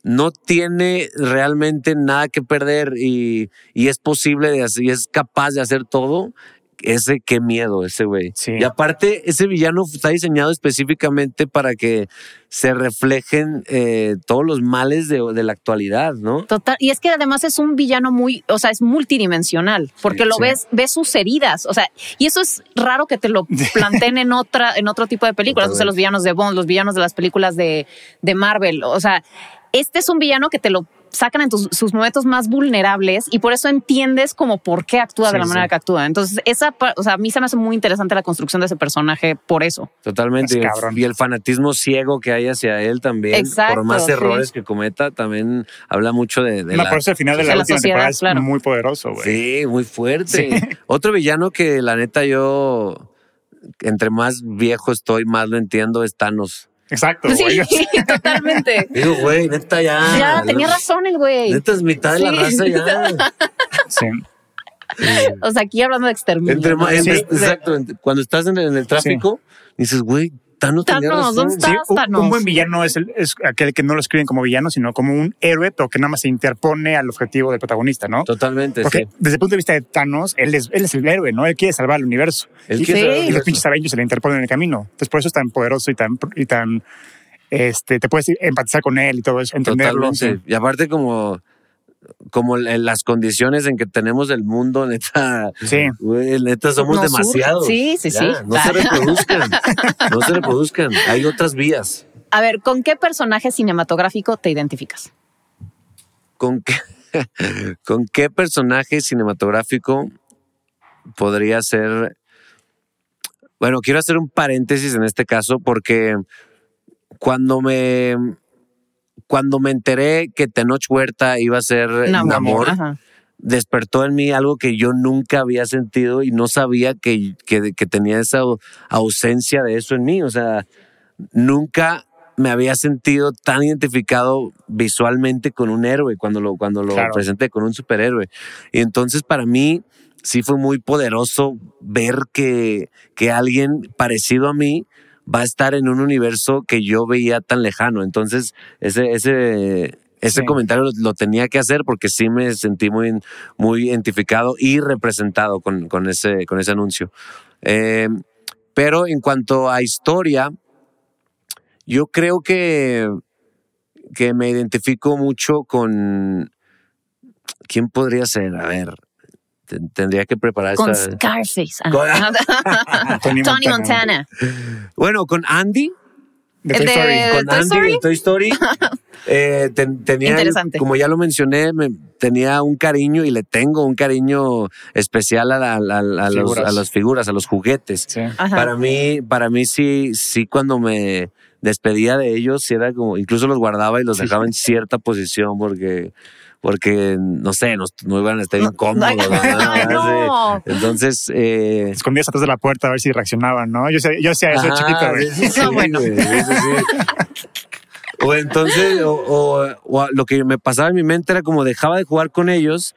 Speaker 4: no tiene realmente nada que perder y, y es posible de hacer- y es capaz de hacer todo, ese qué miedo ese güey.
Speaker 3: Sí.
Speaker 4: Y aparte ese villano está diseñado específicamente para que se reflejen eh, todos los males de, de la actualidad, ¿no?
Speaker 1: Total, y es que además es un villano muy, o sea, es multidimensional, porque lo
Speaker 3: sí.
Speaker 1: ves, ves sus heridas, o sea, y eso es raro que te lo planteen en otra, en otro tipo de películas, o sea,
Speaker 4: Totalmente.
Speaker 1: los villanos de Bond, los villanos de las películas de, de Marvel, o sea, este es un villano que te lo sacan en tus- sus momentos más vulnerables y por eso entiendes como por qué actúa de
Speaker 3: Sí,
Speaker 1: la manera
Speaker 3: sí.
Speaker 1: que actúa. Entonces, esa, pa- o sea, a mí se me hace muy interesante la construcción de ese personaje por eso.
Speaker 4: Totalmente.
Speaker 3: Es
Speaker 4: Y el-
Speaker 3: cabrón.
Speaker 4: y el fanatismo ciego que hay hacia él también,
Speaker 1: Exacto,
Speaker 4: por más
Speaker 1: sí.
Speaker 4: errores que cometa, también habla mucho de, de
Speaker 3: No,
Speaker 4: la
Speaker 3: por eso el final de
Speaker 1: de
Speaker 3: la,
Speaker 1: la
Speaker 3: última
Speaker 1: sociedad,
Speaker 3: temporada es
Speaker 1: claro.
Speaker 3: muy poderoso, güey.
Speaker 4: Sí, muy fuerte. Otro villano que la neta yo, entre más viejo estoy, más lo entiendo, es Thanos.
Speaker 3: Exacto.
Speaker 1: Sí,
Speaker 3: güey.
Speaker 1: totalmente.
Speaker 4: Digo, güey, neta ya.
Speaker 1: Ya, tenía razón el güey.
Speaker 4: Ah, Neta es mitad de la
Speaker 1: Sí.
Speaker 4: raza ya.
Speaker 3: Sí.
Speaker 1: O sea, aquí hablando de exterminio.
Speaker 4: Entre,
Speaker 1: ¿no?
Speaker 4: más- entre-
Speaker 3: Sí.
Speaker 4: exacto, entre- cuando estás en, el- en el tráfico, dices, güey, Tano tenía
Speaker 1: Thanos,
Speaker 4: razón.
Speaker 1: ¿dónde está?
Speaker 3: Sí, un- un,
Speaker 1: Tástanos.
Speaker 3: buen villano es, el- es aquel que no lo escriben como villano, sino como un héroe, pero que nada más se interpone al objetivo del protagonista, ¿no?
Speaker 4: Totalmente,
Speaker 3: Porque
Speaker 4: sí.
Speaker 3: desde el punto de vista de Thanos, él es, él es el héroe, ¿no? Él quiere salvar al universo.
Speaker 4: Él
Speaker 3: y,
Speaker 4: quiere
Speaker 3: y
Speaker 4: salvar al
Speaker 3: los
Speaker 4: universo.
Speaker 3: pinches Avengers se le interponen en el camino. Entonces, por eso es tan poderoso y tan. Y tan este, te puedes empatizar con él y todo eso, entenderlo.
Speaker 4: Totalmente. Y aparte como, como en las condiciones en que tenemos el mundo, neta,
Speaker 3: Sí.
Speaker 4: güey, neta somos
Speaker 1: Nos
Speaker 4: demasiados.
Speaker 1: urge. Sí, sí,
Speaker 4: Ya,
Speaker 1: sí.
Speaker 4: No se reproduzcan, no se reproduzcan. Hay otras vías.
Speaker 1: A ver, ¿con qué personaje cinematográfico te identificas?
Speaker 4: ¿Con qué, ¿Con qué personaje cinematográfico podría ser? Bueno, quiero hacer un paréntesis en este caso porque cuando me cuando me enteré que Tenoch Huerta iba a ser Namor,
Speaker 1: Ajá.
Speaker 4: despertó en mí algo que yo nunca había sentido y no sabía que, que- que tenía esa au- ausencia de eso en mí. O sea, nunca me había sentido tan identificado visualmente con un héroe cuando lo, cuando lo
Speaker 3: Claro.
Speaker 4: presenté, con un superhéroe. Y entonces para mí sí fue muy poderoso ver que, que alguien parecido a mí va a estar en un universo que yo veía tan lejano. Entonces, ese, ese, ese
Speaker 3: Sí.
Speaker 4: comentario lo, lo tenía que hacer porque sí me sentí muy, muy identificado y representado con, con ese, con ese anuncio. Eh, pero en cuanto a historia, yo creo que, que me identifico mucho con... ¿Quién podría ser? A ver, ten- tendría que preparar
Speaker 1: Con
Speaker 4: esta-
Speaker 1: Scarface. Ah.
Speaker 4: Con-
Speaker 3: Tony,
Speaker 1: Tony Montana.
Speaker 4: Bueno, con Andy.
Speaker 3: De
Speaker 1: El
Speaker 3: Toy
Speaker 1: de-
Speaker 3: Story.
Speaker 1: Eh,
Speaker 4: con
Speaker 1: Toy
Speaker 4: Andy
Speaker 1: Story.
Speaker 4: de Toy Story. eh, ten- tenía,
Speaker 1: Interesante.
Speaker 4: Como ya lo mencioné, me- tenía un cariño y le tengo un cariño especial a, la- a la- a los-
Speaker 3: Figuras.
Speaker 4: a las figuras, a los juguetes.
Speaker 3: Sí.
Speaker 1: Ajá.
Speaker 4: Para mí, para mí sí, sí cuando me despedía de ellos, sí era como, incluso los guardaba y los dejaba en cierta posición porque, porque no sé, no, no iban a estar incómodos.
Speaker 1: Ay,
Speaker 4: ¿verdad?
Speaker 1: ay, no.
Speaker 4: Sí. Entonces, eh,
Speaker 3: Te escondías atrás de la puerta a ver si reaccionaban, ¿no? Yo hacía yo hacía eso
Speaker 4: Ajá,
Speaker 3: chiquito, güey.
Speaker 4: sí, sí, Ah, sí,
Speaker 1: No, bueno.
Speaker 4: güey, eso sí. O entonces, o, o- o a- lo que me pasaba en mi mente era como dejaba de jugar con ellos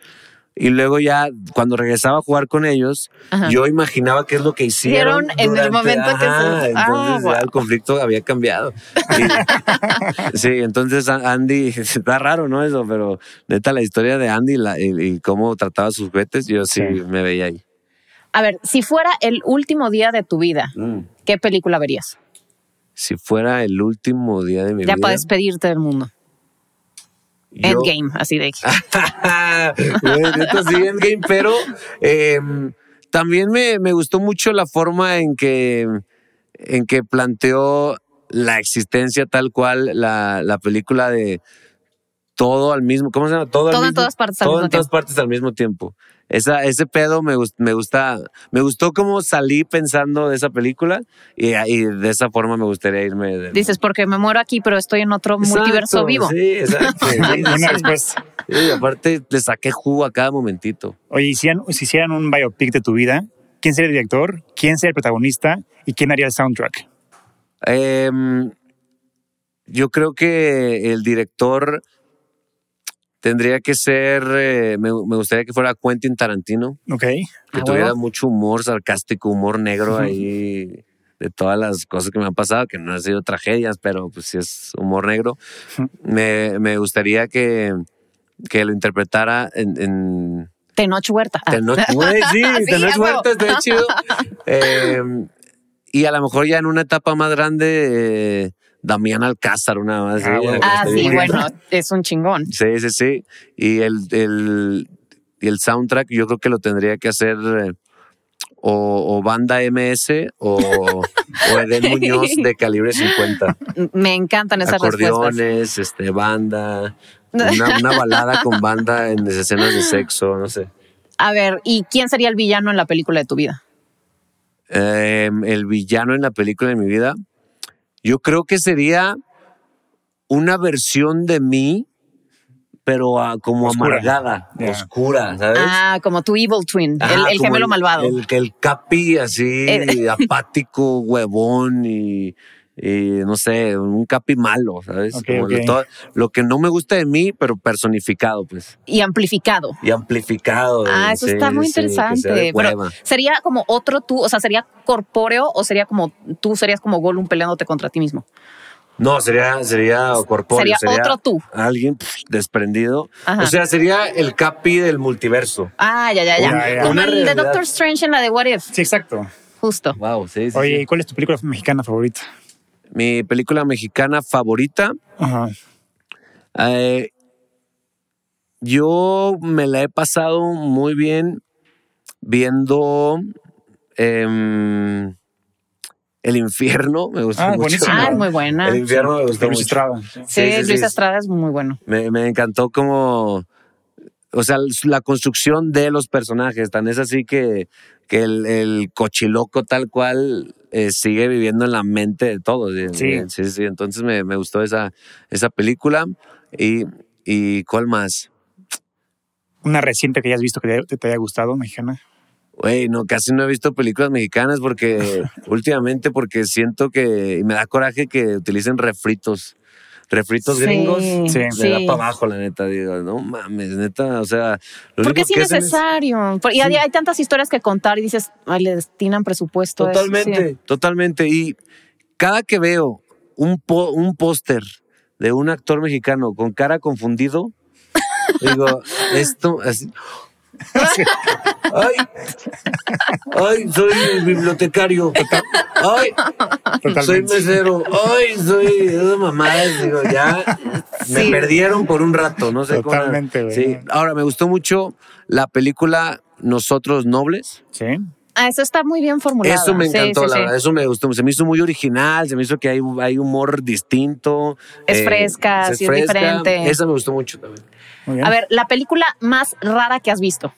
Speaker 4: y luego ya cuando regresaba a jugar con ellos,
Speaker 1: Ajá.
Speaker 4: yo imaginaba qué es lo que hicieron.
Speaker 1: Hicieron en el momento que se-
Speaker 4: Ajá,
Speaker 1: Ah,
Speaker 4: entonces ya
Speaker 1: guau.
Speaker 4: el conflicto había cambiado. Y- sí, entonces a- Andy, está raro, ¿no? Eso, pero neta, la historia de Andy la- y, y cómo trataba sus juguetes, yo sí,
Speaker 3: Sí.
Speaker 4: me veía ahí.
Speaker 1: A ver, si fuera el último día de tu vida,
Speaker 4: Mm.
Speaker 1: ¿qué película verías?
Speaker 4: Si fuera el último día de mi
Speaker 1: Ya
Speaker 4: vida.
Speaker 1: para despedirte del mundo.
Speaker 4: yo- Ah,
Speaker 1: Endgame, así de.
Speaker 4: Güey, neta, sí, Endgame, pero eh, también me, me gustó mucho la forma en que, en que planteó la existencia tal cual, la, la película de todo al mismo, ¿cómo se llama? Todo, al
Speaker 1: Todo en
Speaker 4: mismo-
Speaker 1: todas partes al
Speaker 4: todo
Speaker 1: mismo
Speaker 4: en todas
Speaker 1: tiempo.
Speaker 4: partes al mismo tiempo. Esa, ese pedo me, gust- me gusta, me gustó cómo salí pensando de esa película y, y de esa forma me gustaría irme. de-
Speaker 1: Dices, porque me muero aquí, pero estoy en otro
Speaker 4: Exacto,
Speaker 1: multiverso vivo.
Speaker 4: Sí, exacto. Sí,
Speaker 3: Una respuesta.
Speaker 4: Sí, aparte le saqué jugo a cada momentito.
Speaker 3: Oye, ¿y si, han- si hicieran un biopic de tu vida, ¿quién sería el director? ¿Quién sería el protagonista? ¿Y quién haría el soundtrack?
Speaker 4: Em, yo creo que el director tendría que ser, eh, me, me gustaría que fuera Quentin Tarantino,
Speaker 3: Ok.
Speaker 4: que
Speaker 1: Ah,
Speaker 4: tuviera
Speaker 1: huevo.
Speaker 4: mucho humor sarcástico, humor negro ahí, de todas las cosas que me han pasado, que no han sido tragedias, pero pues sí es humor negro. Me, me gustaría que, que lo interpretara en... en
Speaker 1: Tenoch Huerta. Ah,
Speaker 4: Tenoch- güey, sí,
Speaker 1: Sí,
Speaker 4: Tenoch
Speaker 1: a
Speaker 4: Huerta,
Speaker 1: huevo.
Speaker 4: está chido. Em, y a lo mejor ya en una etapa más grande, eh, Damián Alcázar, una más.
Speaker 3: Ah, bueno.
Speaker 1: Ah,
Speaker 4: Está
Speaker 1: sí,
Speaker 4: bien. este,
Speaker 1: bueno, es un chingón.
Speaker 4: Sí, sí, sí. Y el, el, y el soundtrack yo creo que lo tendría que hacer eh, o, o Banda MS o, o Edén Muñoz de calibre 50.
Speaker 1: Me encantan esas respuestas.
Speaker 4: Acordeones, este, banda, una, una balada con banda en las escenas de sexo, no sé.
Speaker 1: A ver, ¿y quién sería el villano en la película de tu vida?
Speaker 4: Eh, el villano en la película de mi vida, yo creo que sería una versión de mí, pero ah, como
Speaker 3: Oscura.
Speaker 4: amargada,
Speaker 3: Ya.
Speaker 4: oscura, ¿sabes?
Speaker 1: Ah, como tu Evil Twin,
Speaker 4: Ajá,
Speaker 1: el, el
Speaker 4: como
Speaker 1: gemelo malvado. Eh,
Speaker 4: El, el capi así,
Speaker 1: El-
Speaker 4: apático, huevón y, y no sé, un capi malo, ¿sabes?
Speaker 3: Ok,
Speaker 4: Como lo-
Speaker 3: ok.
Speaker 4: todo- lo que no me gusta de mí, pero personificado, pues.
Speaker 1: y amplificado.
Speaker 4: Y amplificado.
Speaker 1: Ah, eso
Speaker 4: Oh, sí,
Speaker 1: está muy
Speaker 4: sí, que sea de
Speaker 1: interesante. Pero
Speaker 4: hueva.
Speaker 1: sería como otro tú, o sea, sería corpóreo o sería como tú serías como Gollum peleándote contra ti mismo.
Speaker 4: No, sería, sería corpóreo.
Speaker 1: Sería otro tú.
Speaker 4: Alguien pff, desprendido.
Speaker 1: Ajá.
Speaker 4: O sea, sería el capi del multiverso.
Speaker 1: Ah, ya, ya, ya.
Speaker 3: Ya, ya.
Speaker 1: Como
Speaker 4: Una
Speaker 1: el de
Speaker 4: realidad.
Speaker 1: Doctor Strange en la de What If,
Speaker 3: Sí, exacto.
Speaker 1: justo.
Speaker 4: Wow, sí, sí,
Speaker 3: Oye,
Speaker 4: sí.
Speaker 3: ¿y cuál es tu película mexicana favorita?
Speaker 4: Mi película mexicana favorita.
Speaker 3: Ajá.
Speaker 4: eh, yo me la he pasado muy bien viendo em, El infierno. Me gustó
Speaker 3: Ah,
Speaker 4: mucho.
Speaker 3: buenísimo.
Speaker 1: Ah, es muy buena.
Speaker 4: El
Speaker 1: Sí,
Speaker 4: infierno me
Speaker 3: De
Speaker 4: gustó
Speaker 3: Luis
Speaker 4: mucho.
Speaker 3: Estrada.
Speaker 4: sí,
Speaker 1: Luis
Speaker 4: sí.
Speaker 1: Estrada es muy bueno.
Speaker 4: Me, me encantó como, o sea, la construcción de los personajes. Tan es así que, que el, el cochiloco tal cual eh, sigue viviendo en la mente de todos.
Speaker 3: Sí.
Speaker 4: sí, sí. Entonces me, me gustó esa, esa película. Y, ¿Y cuál más?
Speaker 3: Una reciente que hayas visto que te, te haya gustado, mexicana.
Speaker 4: Güey, no, casi no he visto películas mexicanas porque últimamente porque siento que y me da coraje que utilicen refritos. Refritos
Speaker 1: Sí.
Speaker 4: gringos.
Speaker 3: Sí.
Speaker 4: Le da para abajo, la neta. Digo, no mames, neta. O sea, lo
Speaker 1: Porque es
Speaker 4: único que hacen es-
Speaker 1: innecesario. Por- Y hay, hay tantas historias que contar y dices, ay, le destinan presupuesto. a eso.
Speaker 4: Totalmente,
Speaker 1: Pues, Sí.
Speaker 4: totalmente. Y cada que veo un, po- un póster de un actor mexicano con cara confundido, digo, esto así. ¡Ay! ¡Ay! Soy bibliotecario. ¡Ay! Soy
Speaker 3: Totalmente.
Speaker 4: mesero. ¡Ay! Soy esas mamadas. Digo, ya me
Speaker 1: Sí.
Speaker 4: perdieron por un rato. No sé cómo-
Speaker 3: Totalmente, güey.
Speaker 4: Sí. Ahora, me gustó mucho la película Nosotros Nobles.
Speaker 3: Sí.
Speaker 1: Ah, eso está muy bien formulado.
Speaker 4: Eso me
Speaker 1: Sí,
Speaker 4: encantó,
Speaker 1: sí,
Speaker 4: la
Speaker 1: sí.
Speaker 4: verdad. Eso me gustó. Se me hizo muy original. Se me hizo que hay, hay humor distinto. eh,
Speaker 1: Es fresca, sí, es diferente.
Speaker 4: Esa me gustó mucho también.
Speaker 3: Muy bien.
Speaker 1: A ver, la película más rara que has visto.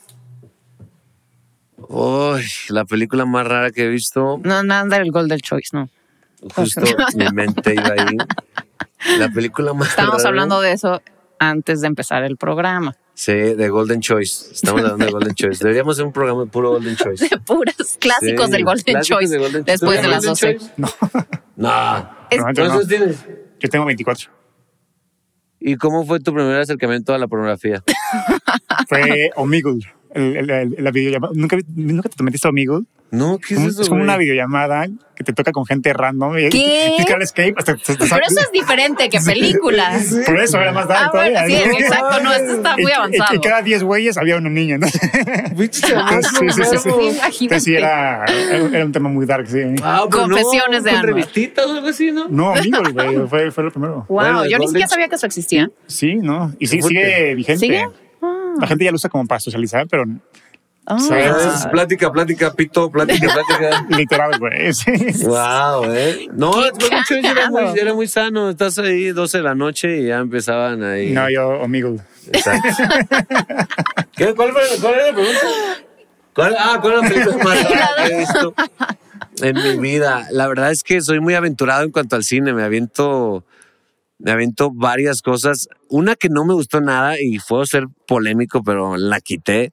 Speaker 4: Uy, la película más rara que he visto,
Speaker 1: No, nada del Gold del Choice, no.
Speaker 4: justo mi mente iba ahí. La película más
Speaker 1: Estábamos
Speaker 4: rara-
Speaker 1: hablando de eso antes de empezar el programa.
Speaker 4: Sí, de Golden Choice. Estamos hablando de Golden Choice. Deberíamos hacer un programa de puro Golden Choice.
Speaker 1: Puros clásicos
Speaker 4: Sí,
Speaker 1: del Golden
Speaker 4: clásicos
Speaker 1: Choice
Speaker 4: de Golden Choice.
Speaker 1: después
Speaker 4: ¿Tú
Speaker 1: de
Speaker 4: tienes
Speaker 1: las 12.
Speaker 4: Golden Choice? No.
Speaker 1: Es-
Speaker 3: Normalmente no.
Speaker 4: ¿Cuántos tienes?
Speaker 3: Yo tengo 24.
Speaker 4: ¿Y cómo fue tu primer acercamiento a la pornografía?
Speaker 3: Fue Omegle. El, el- el- la videollamada. ¿Nunca, vi- ¿Nunca te metiste a Omegle?
Speaker 4: No, ¿qué es
Speaker 3: Como-
Speaker 4: eso?
Speaker 3: es como
Speaker 4: güey?
Speaker 3: una videollamada que te toca con gente random. y-
Speaker 1: ¿Qué?
Speaker 3: y que al escape hasta- hasta- hasta-
Speaker 1: Pero eso es diferente que película.
Speaker 3: Por eso era más
Speaker 1: Ah,
Speaker 3: tarde
Speaker 1: bueno,
Speaker 3: todavía.
Speaker 1: sí,
Speaker 3: ¿no?
Speaker 1: exacto, no, esto está
Speaker 3: Y-
Speaker 1: muy
Speaker 3: y-
Speaker 1: avanzado.
Speaker 3: Y, cada 10 güeyes había un niño. Entonces,
Speaker 1: Ah,
Speaker 3: sí, sí, sí, sí.
Speaker 1: Sí,
Speaker 3: Entonces sí,
Speaker 1: imagínate.
Speaker 3: era, era un tema muy dark. Sí.
Speaker 4: Ah, pues no,
Speaker 1: Confesiones de
Speaker 4: con
Speaker 1: Anuar.
Speaker 4: revistitas o algo así, ¿no?
Speaker 3: No, Omegle, güey. Fue, fue lo primero.
Speaker 1: Wow,
Speaker 4: Bueno, el
Speaker 1: yo ni
Speaker 4: Golden
Speaker 1: siquiera sabía que eso existía.
Speaker 3: Sí, ¿no? Y sí,
Speaker 4: Qué fuerte.
Speaker 3: sigue vigente.
Speaker 1: ¿Sigue?
Speaker 3: La gente ya lo usa como para socializar, pero
Speaker 1: Ah.
Speaker 3: Sí.
Speaker 4: Es plática, plática, pito, plática, plática.
Speaker 3: literal, güey. Sí.
Speaker 4: Wow, eh. No,
Speaker 1: Qué
Speaker 4: es muy chido, era
Speaker 1: cagado.
Speaker 4: muy, era muy sano. Estás ahí 12 de la noche y ya empezaban ahí.
Speaker 3: No, yo, Omegle.
Speaker 4: Exacto. ¿Qué? ¿Cuál, fue, ¿Cuál era la pregunta? ¿Cuál? Ah, ¿cuál es la película más rara que he visto en mi vida? La verdad es que soy muy aventurado en cuanto al cine. Me aviento, me aviento varias cosas. Una que no me gustó nada y puedo ser polémico, pero la quité.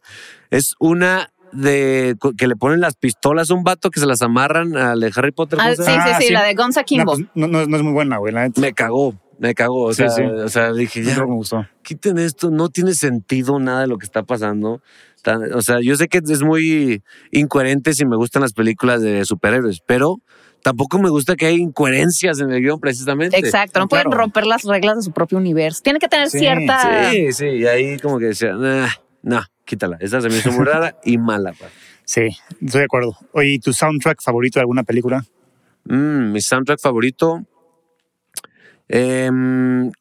Speaker 4: Es una de que le ponen las pistolas a un vato que se las amarran al de Harry Potter.
Speaker 1: Ah,
Speaker 4: ¿cómo
Speaker 1: sí,
Speaker 4: se
Speaker 1: sí,
Speaker 4: llama?
Speaker 3: Ah,
Speaker 1: sí,
Speaker 3: sí.
Speaker 1: la de Gonza
Speaker 3: No,
Speaker 1: Kimbo.
Speaker 3: pues, no, no, no es muy buena, güey. La neta,
Speaker 4: Me cagó, me cagó. O
Speaker 3: Sí,
Speaker 4: sea,
Speaker 3: sí.
Speaker 4: o sea, dije, ya,
Speaker 3: no me gustó.
Speaker 4: quiten esto, no tiene sentido nada de lo que está pasando. Tan- O sea, yo sé que es muy incoherente si me gustan las películas de superhéroes, pero tampoco me gusta que hay incoherencias en el guión precisamente.
Speaker 1: Exacto, no pueden
Speaker 3: este, Claro.
Speaker 1: romper las reglas de su propio universo. Tiene que tener
Speaker 3: Sí,
Speaker 1: cierta.
Speaker 4: Sí, sí, y ahí como que decía, "Nah, no, quítala, esa se me hizo muy rara y mala. pa".
Speaker 3: Sí, estoy de acuerdo. Oye, ¿y tu soundtrack favorito de alguna película?
Speaker 4: Mm, mi soundtrack favorito. Em,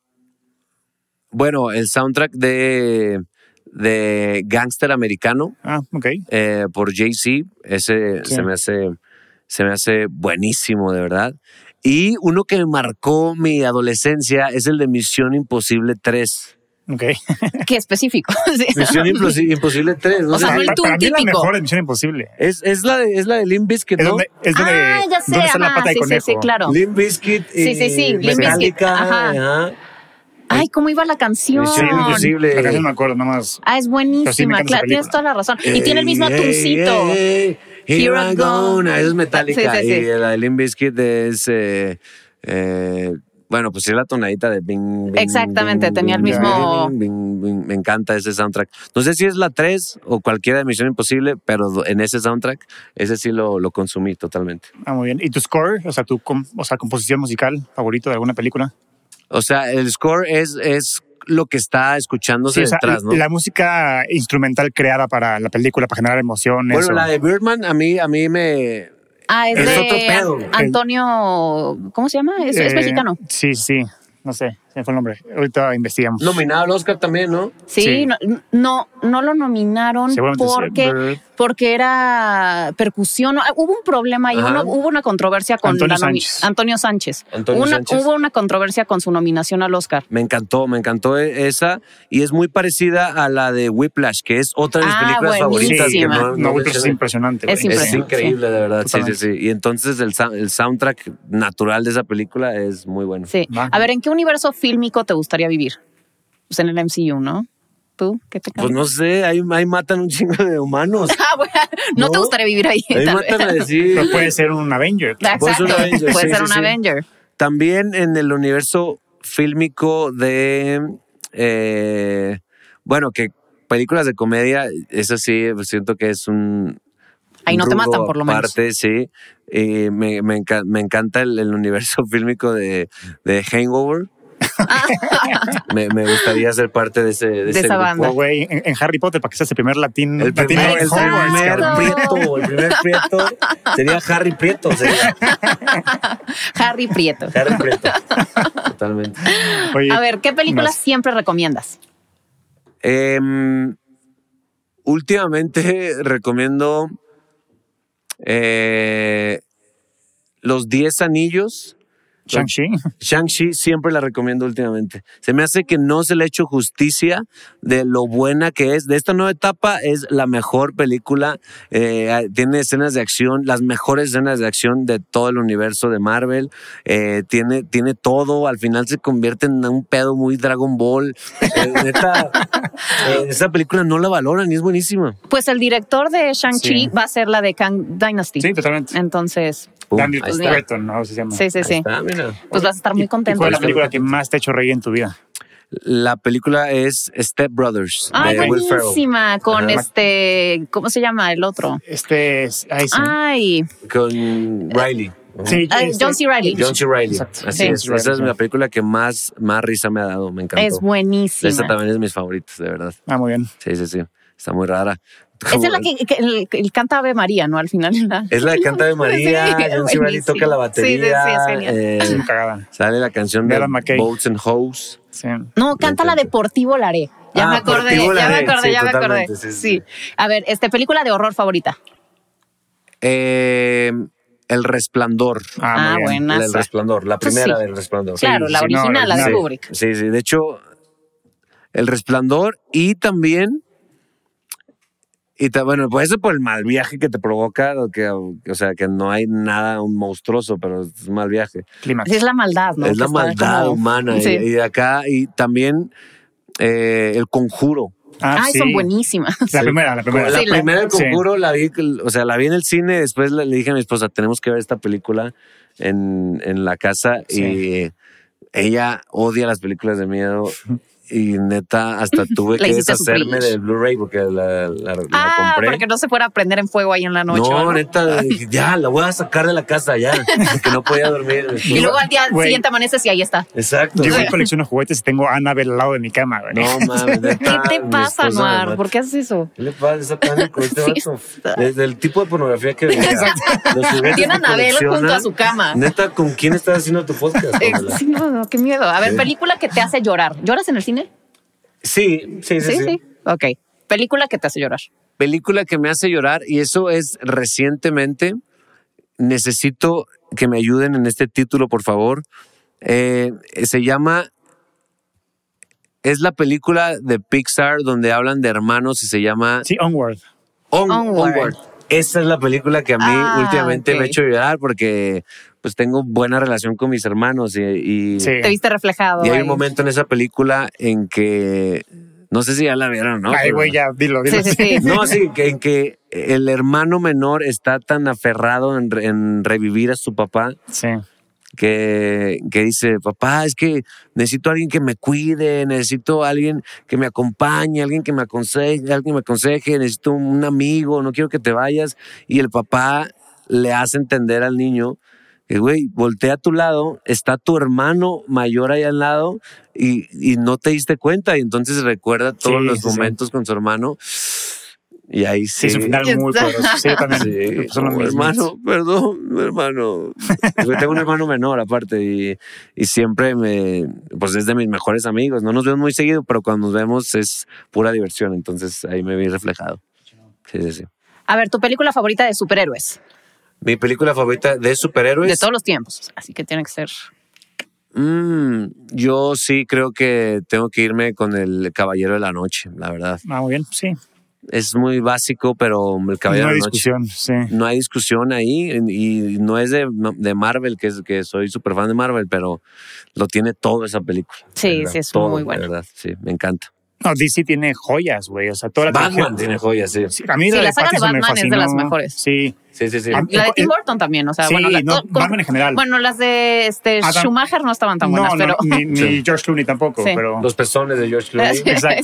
Speaker 4: bueno, el soundtrack de, de Gangster Americano.
Speaker 3: Ah, ok.
Speaker 4: eh, por Jay-Z. Ese
Speaker 3: Sí.
Speaker 4: se, me hace, se me hace buenísimo, de verdad. Y uno que marcó mi adolescencia es el de Misión Imposible 3.
Speaker 3: Ok.
Speaker 1: Qué específico. Sí.
Speaker 4: Misión Implosi- Imposible 3. ¿no?
Speaker 1: O sea,
Speaker 4: sé
Speaker 1: no
Speaker 4: si-
Speaker 1: el
Speaker 3: Para-
Speaker 1: tú
Speaker 3: para mí la
Speaker 1: típico.
Speaker 3: mejor de Misión Imposible.
Speaker 4: es, es la de, es la de Limp Bizkit,
Speaker 3: Es
Speaker 4: ¿no?
Speaker 3: donde, es donde,
Speaker 1: Ah, ya sé.
Speaker 3: donde está la
Speaker 1: ajá,
Speaker 3: pata de
Speaker 1: sí, sí,
Speaker 3: conejo.
Speaker 1: sí, claro.
Speaker 4: Limp Bizkit y
Speaker 1: Sí, sí, sí, Limp Bizkit,
Speaker 4: Metallica,
Speaker 1: ajá.
Speaker 4: ajá.
Speaker 1: Ay, cómo iba la canción.
Speaker 4: Sí, sí,
Speaker 3: La canción no me acuerdo, nada más.
Speaker 1: Ah, es
Speaker 3: sí, me
Speaker 1: buenísima.
Speaker 3: encanta esa
Speaker 1: claro, tienes
Speaker 3: película.
Speaker 1: toda la razón. Y tiene el mismo
Speaker 4: Ey,
Speaker 1: atuncito.
Speaker 4: ey, ey, Here I go. Esa es Metallica.
Speaker 1: Sí, sí, sí.
Speaker 4: Y la de Limp Bizkit es eh, Eh, bueno, pues sí, la tonadita de bing, bing,
Speaker 1: Exactamente,
Speaker 4: bing,
Speaker 1: tenía el
Speaker 4: bing,
Speaker 1: mismo-
Speaker 4: bing, bing, bing. Me encanta ese soundtrack. No sé si es la 3 o cualquiera de Misión Imposible, pero en ese soundtrack, ese sí lo, lo consumí totalmente.
Speaker 3: Ah, muy bien. ¿Y tu score? O sea, tu com- o sea, composición musical favorito de alguna película.
Speaker 4: O sea, el score es, es lo que está escuchándose
Speaker 3: Sí, o sea,
Speaker 4: detrás, ¿no?
Speaker 3: La música instrumental creada para la película, para generar emociones.
Speaker 4: bueno,
Speaker 3: o-
Speaker 4: la de Birdman a mí, a mí me...
Speaker 1: Ah, es,
Speaker 4: Es
Speaker 1: de
Speaker 4: otro pedo, güey.
Speaker 1: Antonio. ¿Cómo se llama? Es, es
Speaker 3: Eh,
Speaker 1: mexicano.
Speaker 3: Sí, sí. No sé, se me fue el nombre. Ahorita investigamos.
Speaker 4: Nominado al Oscar también, ¿no?
Speaker 1: Sí,
Speaker 3: sí.
Speaker 1: No, no, no lo nominaron
Speaker 3: Seguramente sí.
Speaker 1: porque,
Speaker 3: Brr.
Speaker 1: porque era percusión. Ah, Hubo un problema y
Speaker 4: Ajá.
Speaker 1: uno- hubo una controversia con
Speaker 3: Antonio
Speaker 1: la nomi-
Speaker 3: Sánchez.
Speaker 1: Antonio Sánchez.
Speaker 4: Antonio
Speaker 1: Una-
Speaker 4: Sánchez.
Speaker 1: Hubo una controversia con su nominación al Oscar.
Speaker 4: Me encantó, me encantó e- esa y es muy parecida a la de Whiplash, que es otra de mis
Speaker 1: Ah,
Speaker 4: películas
Speaker 3: Sí,
Speaker 4: favoritas.
Speaker 1: buenísima.
Speaker 4: que
Speaker 3: no, no, Whiplash es
Speaker 4: mencioné.
Speaker 3: impresionante.
Speaker 1: Es
Speaker 3: güey.
Speaker 4: Es
Speaker 1: impresionante,
Speaker 4: increíble, de verdad. Sí, sí,
Speaker 3: Totalmente.
Speaker 4: sí. Y entonces el, sou- el soundtrack natural de esa película es muy bueno.
Speaker 1: Sí.
Speaker 3: Va.
Speaker 1: A ver, ¿en qué universo fílmico te gustaría vivir? Pues en el MCU, ¿no? ¿Tú? ¿Qué te
Speaker 4: Pues no sé, ahí, ahí matan un chingo de humanos.
Speaker 1: Ah, bueno, no, te
Speaker 4: No.
Speaker 1: gustaría vivir ahí.
Speaker 4: Ahí
Speaker 1: tal vez.
Speaker 4: matan a decir.
Speaker 3: Pero puede ser un Avenger. claro.
Speaker 4: Puede ser
Speaker 1: Exacto.
Speaker 4: un Avenger,
Speaker 1: Puede
Speaker 4: sí,
Speaker 1: ser
Speaker 4: sí,
Speaker 1: un
Speaker 4: sí.
Speaker 1: Avenger.
Speaker 4: También en el universo fílmico de. eh, bueno, que películas de comedia, eso sí, pues siento que es un.
Speaker 1: Ahí
Speaker 4: un
Speaker 1: no te
Speaker 4: rubro
Speaker 1: matan, por lo menos.
Speaker 4: aparte, sí. Y me, me enca- me encanta el, el universo fílmico de, de Hangover. me, me gustaría ser parte de ese. De,
Speaker 1: De
Speaker 4: ese
Speaker 1: esa
Speaker 4: grupo.
Speaker 1: banda.
Speaker 3: O, güey, en, en Harry Potter, para que seas el primer latín.
Speaker 4: El
Speaker 3: latino
Speaker 4: primer, el
Speaker 3: en Hogwarts,
Speaker 4: primer
Speaker 3: cabrón.
Speaker 4: Prieto, el primer Prieto sería Harry Prieto, sería
Speaker 1: Harry Prieto.
Speaker 4: Harry Prieto. Totalmente.
Speaker 3: Oye,
Speaker 1: A ver, ¿qué películas
Speaker 3: Más.
Speaker 1: siempre recomiendas?
Speaker 4: Em, últimamente recomiendo eh, Los 10 Anillos.
Speaker 3: Shang-Chi.
Speaker 4: Shang-Chi siempre la recomiendo últimamente. Se me hace que no se le ha hecho justicia de lo buena que es. De esta nueva etapa es la mejor película. eh, tiene escenas de acción, las mejores escenas de acción de todo el universo de Marvel. Eh, tiene, tiene todo. Al final se convierte en un pedo muy Dragon Ball. Eh, neta, eh, esa película no la valoran y es buenísima.
Speaker 1: Pues el director de Shang-Chi
Speaker 3: Sí.
Speaker 1: va a ser la de Kang Dynasty.
Speaker 3: Sí, totalmente.
Speaker 1: Entonces,
Speaker 4: Pum,
Speaker 3: Daniel
Speaker 4: ahí está.
Speaker 3: Cretton, ¿no? Se llama.
Speaker 1: Ah, pues, sí, sí, sí.
Speaker 4: Ah, mira.
Speaker 1: Pues vas a estar muy
Speaker 3: ¿Y- y ¿Cuál es
Speaker 1: contento.
Speaker 3: la película que más te ha hecho reír en tu vida?
Speaker 4: La película es Step Brothers.
Speaker 1: Ah,
Speaker 4: de Will Ferrell.
Speaker 1: buenísima con
Speaker 4: Ajá.
Speaker 1: este, ¿cómo se llama el otro?
Speaker 3: Este es. Ay, sí.
Speaker 1: Ay,
Speaker 4: Con Riley.
Speaker 3: Sí,
Speaker 1: ay,
Speaker 3: este-
Speaker 1: Ah, John C. Reilly.
Speaker 4: John C. Reilly.
Speaker 3: Exacto.
Speaker 4: Así
Speaker 1: Sí.
Speaker 4: es. Esa es la película que más, más risa me ha dado. Me encantó.
Speaker 1: Es buenísima.
Speaker 4: Esa también es de mis favoritas, de verdad.
Speaker 3: Ah, muy bien.
Speaker 4: Sí, sí, sí. Está muy rara.
Speaker 1: Esa es la que, que el, el canta Ave María, ¿no? Al final.
Speaker 4: Es la que canta de María.
Speaker 1: Sí,
Speaker 4: John C. Reilly
Speaker 1: buenísimo.
Speaker 4: toca la
Speaker 1: Sí, sí, sí, es
Speaker 4: batería.
Speaker 1: genial.
Speaker 4: eh,
Speaker 3: Muy cagada.
Speaker 4: sale la canción de
Speaker 3: Adam McKay.
Speaker 4: Boats and Hoes.
Speaker 3: Sí. Ah,
Speaker 1: No, canta la Deportivo Laré. Ya
Speaker 4: Ah,
Speaker 1: me acordé,
Speaker 4: Deportivo
Speaker 1: ya me
Speaker 4: Laré,
Speaker 1: acordé,
Speaker 4: sí,
Speaker 1: ya me acordé.
Speaker 4: totalmente, sí, sí,
Speaker 1: Sí. A ver, este película de horror favorita.
Speaker 4: Eh, el Resplandor.
Speaker 3: Ah,
Speaker 1: Ah,
Speaker 3: muy bien.
Speaker 1: buena.
Speaker 4: La del Resplandor. La
Speaker 1: Pues
Speaker 4: primera
Speaker 1: sí.
Speaker 4: del Resplandor.
Speaker 1: claro, la
Speaker 3: sí, no,
Speaker 1: original, la de
Speaker 3: original.
Speaker 1: Kubrick.
Speaker 4: Sí, sí. De hecho, El Resplandor y también. Y ta- bueno, pues eso por el mal viaje que te provoca, lo que, o sea, que no hay nada monstruoso, pero es un mal viaje.
Speaker 3: Clímax.
Speaker 1: Sí, es la maldad, ¿no?
Speaker 4: es la
Speaker 1: Que está
Speaker 4: maldad
Speaker 1: como-
Speaker 4: humana. y-
Speaker 1: Sí.
Speaker 4: Y, acá, y también eh, el conjuro.
Speaker 3: Ah,
Speaker 1: Ay,
Speaker 3: sí.
Speaker 1: son buenísimas.
Speaker 3: La
Speaker 4: Sí.
Speaker 3: primera, la primera.
Speaker 4: La
Speaker 1: Pues Sí, la-
Speaker 4: primera del
Speaker 3: Sí.
Speaker 4: conjuro la vi, o sea, la vi en el cine, después le, le dije a mi esposa, tenemos que ver esta película en, en la casa y
Speaker 3: Sí.
Speaker 4: ella odia las películas de miedo y neta hasta tuve
Speaker 1: La
Speaker 4: que
Speaker 1: hiciste
Speaker 4: deshacerme
Speaker 1: sufrir.
Speaker 4: del Blu-ray porque la, la- la
Speaker 1: Ah,
Speaker 4: compré.
Speaker 1: porque no se fuera a prender en fuego ahí en la noche.
Speaker 4: no,
Speaker 1: ¿no?
Speaker 4: neta, dije, ya, la voy a sacar de la casa ya, que no podía dormir.
Speaker 1: Y luego al día
Speaker 3: Güey.
Speaker 1: siguiente amaneces y ahí está.
Speaker 4: Exacto.
Speaker 3: Yo igual colecciono juguetes y tengo a Annabelle al lado de mi cama, güey.
Speaker 4: No mames.
Speaker 1: ¿Qué
Speaker 4: neta,
Speaker 1: te
Speaker 4: Ah, mi
Speaker 1: pasa,
Speaker 4: esposa me
Speaker 1: Noir?
Speaker 4: mata.
Speaker 1: ¿Por qué haces eso?
Speaker 4: ¿Qué le pasa? Está pánico este vato. Desde el tipo de pornografía que veía. Los juguetes
Speaker 1: Tiene a
Speaker 4: que
Speaker 1: Anabel
Speaker 4: colecciona.
Speaker 1: junto a su cama.
Speaker 4: Neta, ¿con quién estás haciendo tu podcast?
Speaker 1: Eh,
Speaker 4: Pamela?
Speaker 1: Sí, no, no, qué miedo. A ver, película que te hace llorar. ¿Lloras en el cine?
Speaker 4: Sí, sí, sí, sí.
Speaker 1: Ok. Película que te hace llorar.
Speaker 4: Película que me hace llorar y eso es recientemente. Necesito que me ayuden en este título, por favor. Eh, se llama... Es la película de Pixar donde hablan de hermanos y se llama
Speaker 3: Sí, Onward.
Speaker 4: On-
Speaker 1: Onward.
Speaker 4: Onward. Esa es la película que a mí
Speaker 1: Ah,
Speaker 4: últimamente
Speaker 1: ok.
Speaker 4: me ha hecho llorar porque pues tengo buena relación con mis hermanos y, y-
Speaker 3: Sí.
Speaker 1: Te viste reflejado.
Speaker 4: y hay
Speaker 1: ahí.
Speaker 4: un momento en esa película en que no sé si ya la vieron, ¿no?
Speaker 3: Ay,
Speaker 4: Pero-
Speaker 3: güey, ya, dilo, dilo.
Speaker 1: Sí, sí, sí.
Speaker 4: No, sí, que- en que el hermano menor está tan aferrado en, re- en revivir a su papá
Speaker 3: Sí.
Speaker 4: que, que dice, papá, es que necesito a alguien que me cuide, necesito a alguien que me acompañe, alguien que me aconseje, alguien que me aconseje, necesito un amigo, no quiero que te vayas. Y el papá le hace entender al niño que, güey, voltea a tu lado, está tu hermano mayor ahí al lado y, y no te diste cuenta. Y entonces recuerda todos
Speaker 3: Sí,
Speaker 4: los
Speaker 3: sí, sí.
Speaker 4: momentos con su hermano. Y ahí
Speaker 3: Sí,
Speaker 4: sí.
Speaker 3: es un final muy poderoso. Sí, yo también.
Speaker 4: Sí,
Speaker 3: Son los mismos.
Speaker 4: como, hermano, perdón, hermano. Yo tengo un hermano menor aparte y, y siempre me, pues es de mis mejores amigos. No nos vemos muy seguido, pero cuando nos vemos es pura diversión. Entonces ahí me vi reflejado. Sí, sí, sí.
Speaker 1: A ver, tu película favorita de superhéroes,
Speaker 4: Mi película favorita de superhéroes.
Speaker 1: de todos los tiempos. Así que tiene que ser.
Speaker 4: Mm, yo sí creo que tengo que irme con el Caballero de la Noche, la verdad.
Speaker 3: Ah, muy bien, sí.
Speaker 4: Es muy básico, pero el Caballero
Speaker 3: no hay
Speaker 4: de la Noche.
Speaker 3: discusión, sí.
Speaker 4: no hay discusión ahí y no es de, de Marvel, que, es, que soy súper fan de Marvel, pero lo tiene todo esa película.
Speaker 1: Sí,
Speaker 4: de verdad,
Speaker 1: sí, es
Speaker 4: todo,
Speaker 1: muy
Speaker 4: de
Speaker 1: buena.
Speaker 4: verdad, sí, me encanta.
Speaker 3: No, DC tiene joyas, güey. O sea, toda la
Speaker 4: Batman
Speaker 3: trilogía-
Speaker 4: tiene joyas, sí.
Speaker 3: Sí, a mí
Speaker 1: Sí, la
Speaker 3: de
Speaker 1: saga de
Speaker 3: Pattinson
Speaker 1: Batman
Speaker 3: me
Speaker 1: es de
Speaker 3: fascinó.
Speaker 1: las mejores.
Speaker 3: Sí.
Speaker 4: Sí, sí, sí.
Speaker 3: A-
Speaker 1: La de Tim
Speaker 3: Eh,
Speaker 1: Burton también, o sea,
Speaker 3: sí,
Speaker 1: bueno, la-
Speaker 3: no,
Speaker 1: to- con-
Speaker 3: Batman en general.
Speaker 1: Bueno, las de este,
Speaker 3: Adam-
Speaker 1: Schumacher no estaban tan buenas,
Speaker 3: no,
Speaker 1: pero.
Speaker 3: no, ni, ni
Speaker 4: Sí.
Speaker 3: George Clooney tampoco,
Speaker 1: Sí.
Speaker 3: pero...
Speaker 4: Los pezones de George Clooney.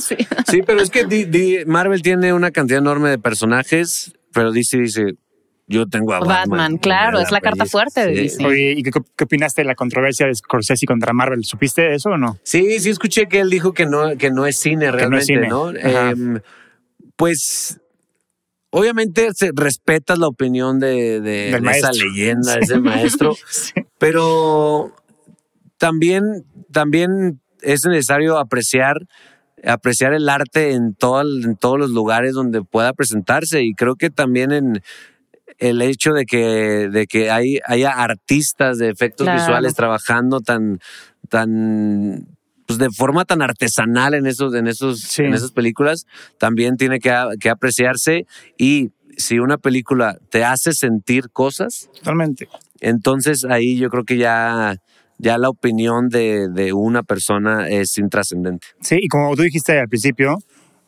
Speaker 1: Sí.
Speaker 4: Sí, pero es que Di- Di- Marvel tiene una cantidad enorme de personajes, pero DC dice, yo tengo a Batman.
Speaker 1: Batman, claro, es la carta fuerte de
Speaker 4: Sí.
Speaker 1: DC.
Speaker 3: Oye, ¿y qué, qué opinaste de la controversia de Scorsese contra Marvel? ¿Supiste eso o no?
Speaker 4: Sí, sí escuché que él dijo que no, que no es cine
Speaker 3: no es
Speaker 4: realmente,
Speaker 3: cine.
Speaker 4: ¿no?
Speaker 3: Ajá.
Speaker 4: Em, pues obviamente se- respetas la opinión de, de-
Speaker 3: Del
Speaker 4: de esa
Speaker 3: maestro.
Speaker 4: leyenda, de ese maestro,
Speaker 3: Sí.
Speaker 4: pero también, también es necesario apreciar apreciar el arte en, todo, en todos los lugares donde pueda presentarse y creo que también en el hecho de que, de que hay, haya artistas de efectos
Speaker 1: Claro.
Speaker 4: visuales trabajando tan, tan pues de forma tan artesanal en esos, en esos,
Speaker 3: Sí.
Speaker 4: en esas películas, también tiene que, a- que apreciarse. Y si una película te hace sentir cosas,
Speaker 3: Totalmente.
Speaker 4: entonces ahí yo creo que ya, ya la opinión de, de una persona es intrascendente.
Speaker 3: Sí, y como tú dijiste al principio,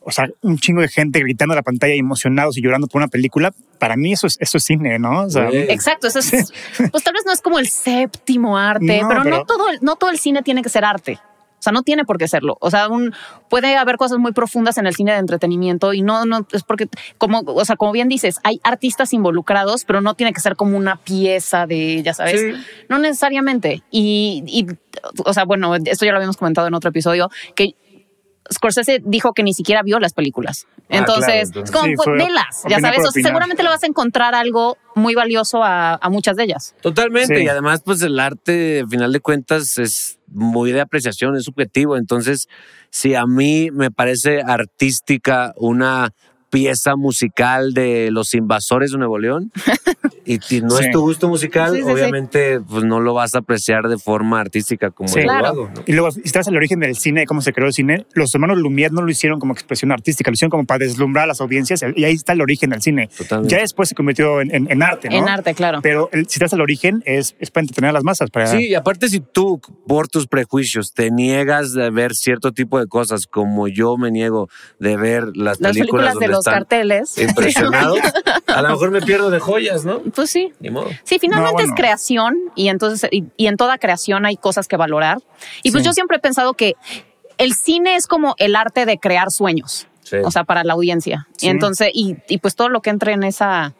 Speaker 3: o sea, un chingo de gente gritando a la pantalla, emocionados y llorando por una película, para mí eso es, eso es cine, ¿no? O sea,
Speaker 4: Güey.
Speaker 1: Exacto, eso es, pues tal vez no es como el séptimo arte,
Speaker 3: No,
Speaker 1: pero, no
Speaker 3: pero-
Speaker 1: todo, el- no todo el cine tiene que ser arte. O sea, no tiene por qué serlo. O sea, un- puede haber cosas muy profundas en el cine de entretenimiento y no, no es porque, como, o sea, como bien dices, hay artistas involucrados, pero no tiene que ser como una pieza de, ya sabes, no necesariamente. Y, y, o sea, bueno, esto ya lo habíamos comentado en otro episodio, que Scorsese dijo que ni siquiera vio las películas.
Speaker 4: Ah, claro,
Speaker 1: entonces,
Speaker 4: entonces-
Speaker 1: es como,
Speaker 3: Sí,
Speaker 1: pues,
Speaker 3: fue
Speaker 1: velas, ya
Speaker 3: opinar
Speaker 1: sabes,
Speaker 3: por
Speaker 1: o sea,
Speaker 3: opinar.
Speaker 1: seguramente le vas a encontrar algo muy valioso a, a muchas de ellas.
Speaker 4: Totalmente,
Speaker 3: Sí.
Speaker 4: y además pues el arte, al final de cuentas, es muy de apreciación, es subjetivo, entonces si a mí me parece artística una pieza musical de Los Invasores de Nuevo León, y si no
Speaker 3: Sí.
Speaker 4: es tu gusto musical,
Speaker 1: Sí, sí, sí.
Speaker 4: obviamente pues no lo vas a apreciar de forma artística como
Speaker 3: Sí.
Speaker 4: yo
Speaker 1: Claro.
Speaker 4: lo hago. ¿no?
Speaker 3: Y luego, si te vas al origen del cine, cómo se creó el cine, los hermanos Lumière no lo hicieron como expresión artística, lo hicieron como para deslumbrar a las audiencias y ahí está el origen del cine.
Speaker 4: Totalmente.
Speaker 3: Ya después se convirtió en, en- en arte, ¿no?
Speaker 1: En arte, claro.
Speaker 3: Pero el- si te vas al origen, es, es para entretener a las masas. Para,
Speaker 4: Sí, y aparte si tú por tus prejuicios te niegas de ver cierto tipo de cosas como yo me niego de ver las,
Speaker 1: Las películas, de
Speaker 4: donde
Speaker 1: los
Speaker 4: están
Speaker 1: carteles.
Speaker 4: impresionado. A lo mejor me pierdo de joyas, ¿no?
Speaker 1: Pues sí.
Speaker 4: Ni modo.
Speaker 1: Sí, finalmente
Speaker 3: No, bueno.
Speaker 1: es creación y entonces y, y en toda creación hay cosas que valorar. Y pues
Speaker 3: Sí.
Speaker 1: yo siempre he pensado que el cine es como el arte de crear sueños,
Speaker 4: Sí.
Speaker 1: o sea, para la audiencia.
Speaker 3: Sí.
Speaker 1: Y entonces y, y pues todo lo que entre en esa